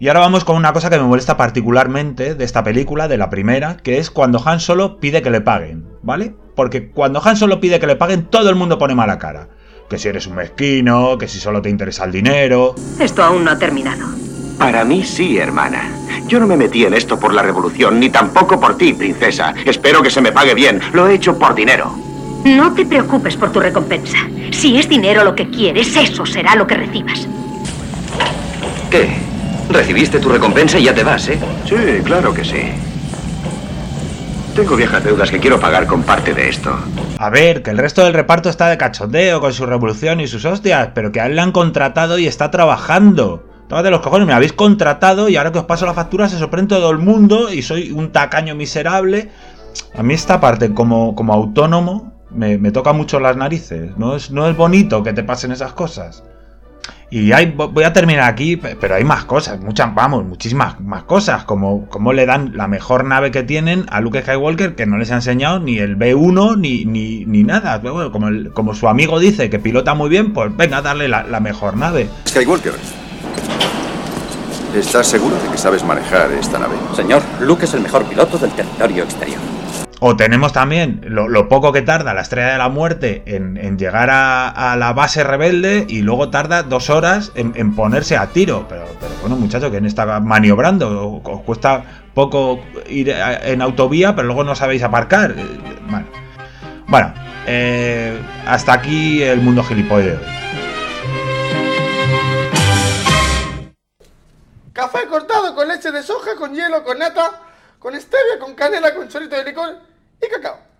M: Y ahora vamos con una cosa que me molesta particularmente de esta película, de la primera, que es cuando Han Solo pide que le paguen, ¿vale? Porque cuando Han Solo pide que le paguen, todo el mundo pone mala cara. Que si eres un mezquino, que si solo te interesa el dinero.
P: Esto aún no ha terminado.
Q: Para mí sí, hermana. Yo no me metí en esto por la revolución, ni tampoco por ti, princesa. Espero que se me pague bien. Lo he hecho por dinero.
P: No te preocupes por tu recompensa. Si es dinero lo que quieres, eso será lo que recibas.
Q: ¿Qué? Recibiste tu recompensa y ya te vas, ¿eh? Sí, claro que sí. Tengo viejas deudas que quiero pagar con parte de esto.
M: A ver, que el resto del reparto está de cachondeo con su revolución y sus hostias, pero que a él le han contratado y está trabajando. Tómate los cojones, me habéis contratado y ahora que os paso la factura se sorprende todo el mundo y soy un tacaño miserable. A mí esta parte como, como autónomo me, me toca mucho las narices. No es, no es bonito que te pasen esas cosas. Y hay, vo- voy a terminar aquí, pe- pero hay más cosas, muchas, vamos, muchísimas más cosas, como cómo le dan la mejor nave que tienen a Luke Skywalker, que no les ha enseñado ni el B1 ni, ni, ni nada. Bueno, como, el- como su amigo dice que pilota muy bien, pues venga, darle la, la mejor nave.
R: Skywalker. ¿Estás seguro de que sabes manejar esta nave? Señor, Luke es el mejor piloto del territorio exterior.
M: O tenemos también lo, lo poco que tarda la Estrella de la Muerte en, en llegar a, a la base rebelde y luego tarda dos horas en, en ponerse a tiro. Pero, pero bueno, muchachos, ¿quién está maniobrando? Os cuesta poco ir a- en autovía, pero luego no sabéis aparcar. Eh, Bueno, Bueno, eh, hasta aquí el mundo gilipollas.
S: Café cortado con leche de soja, con hielo, con nata, con stevia, con canela, con chorrito de licor y cacao.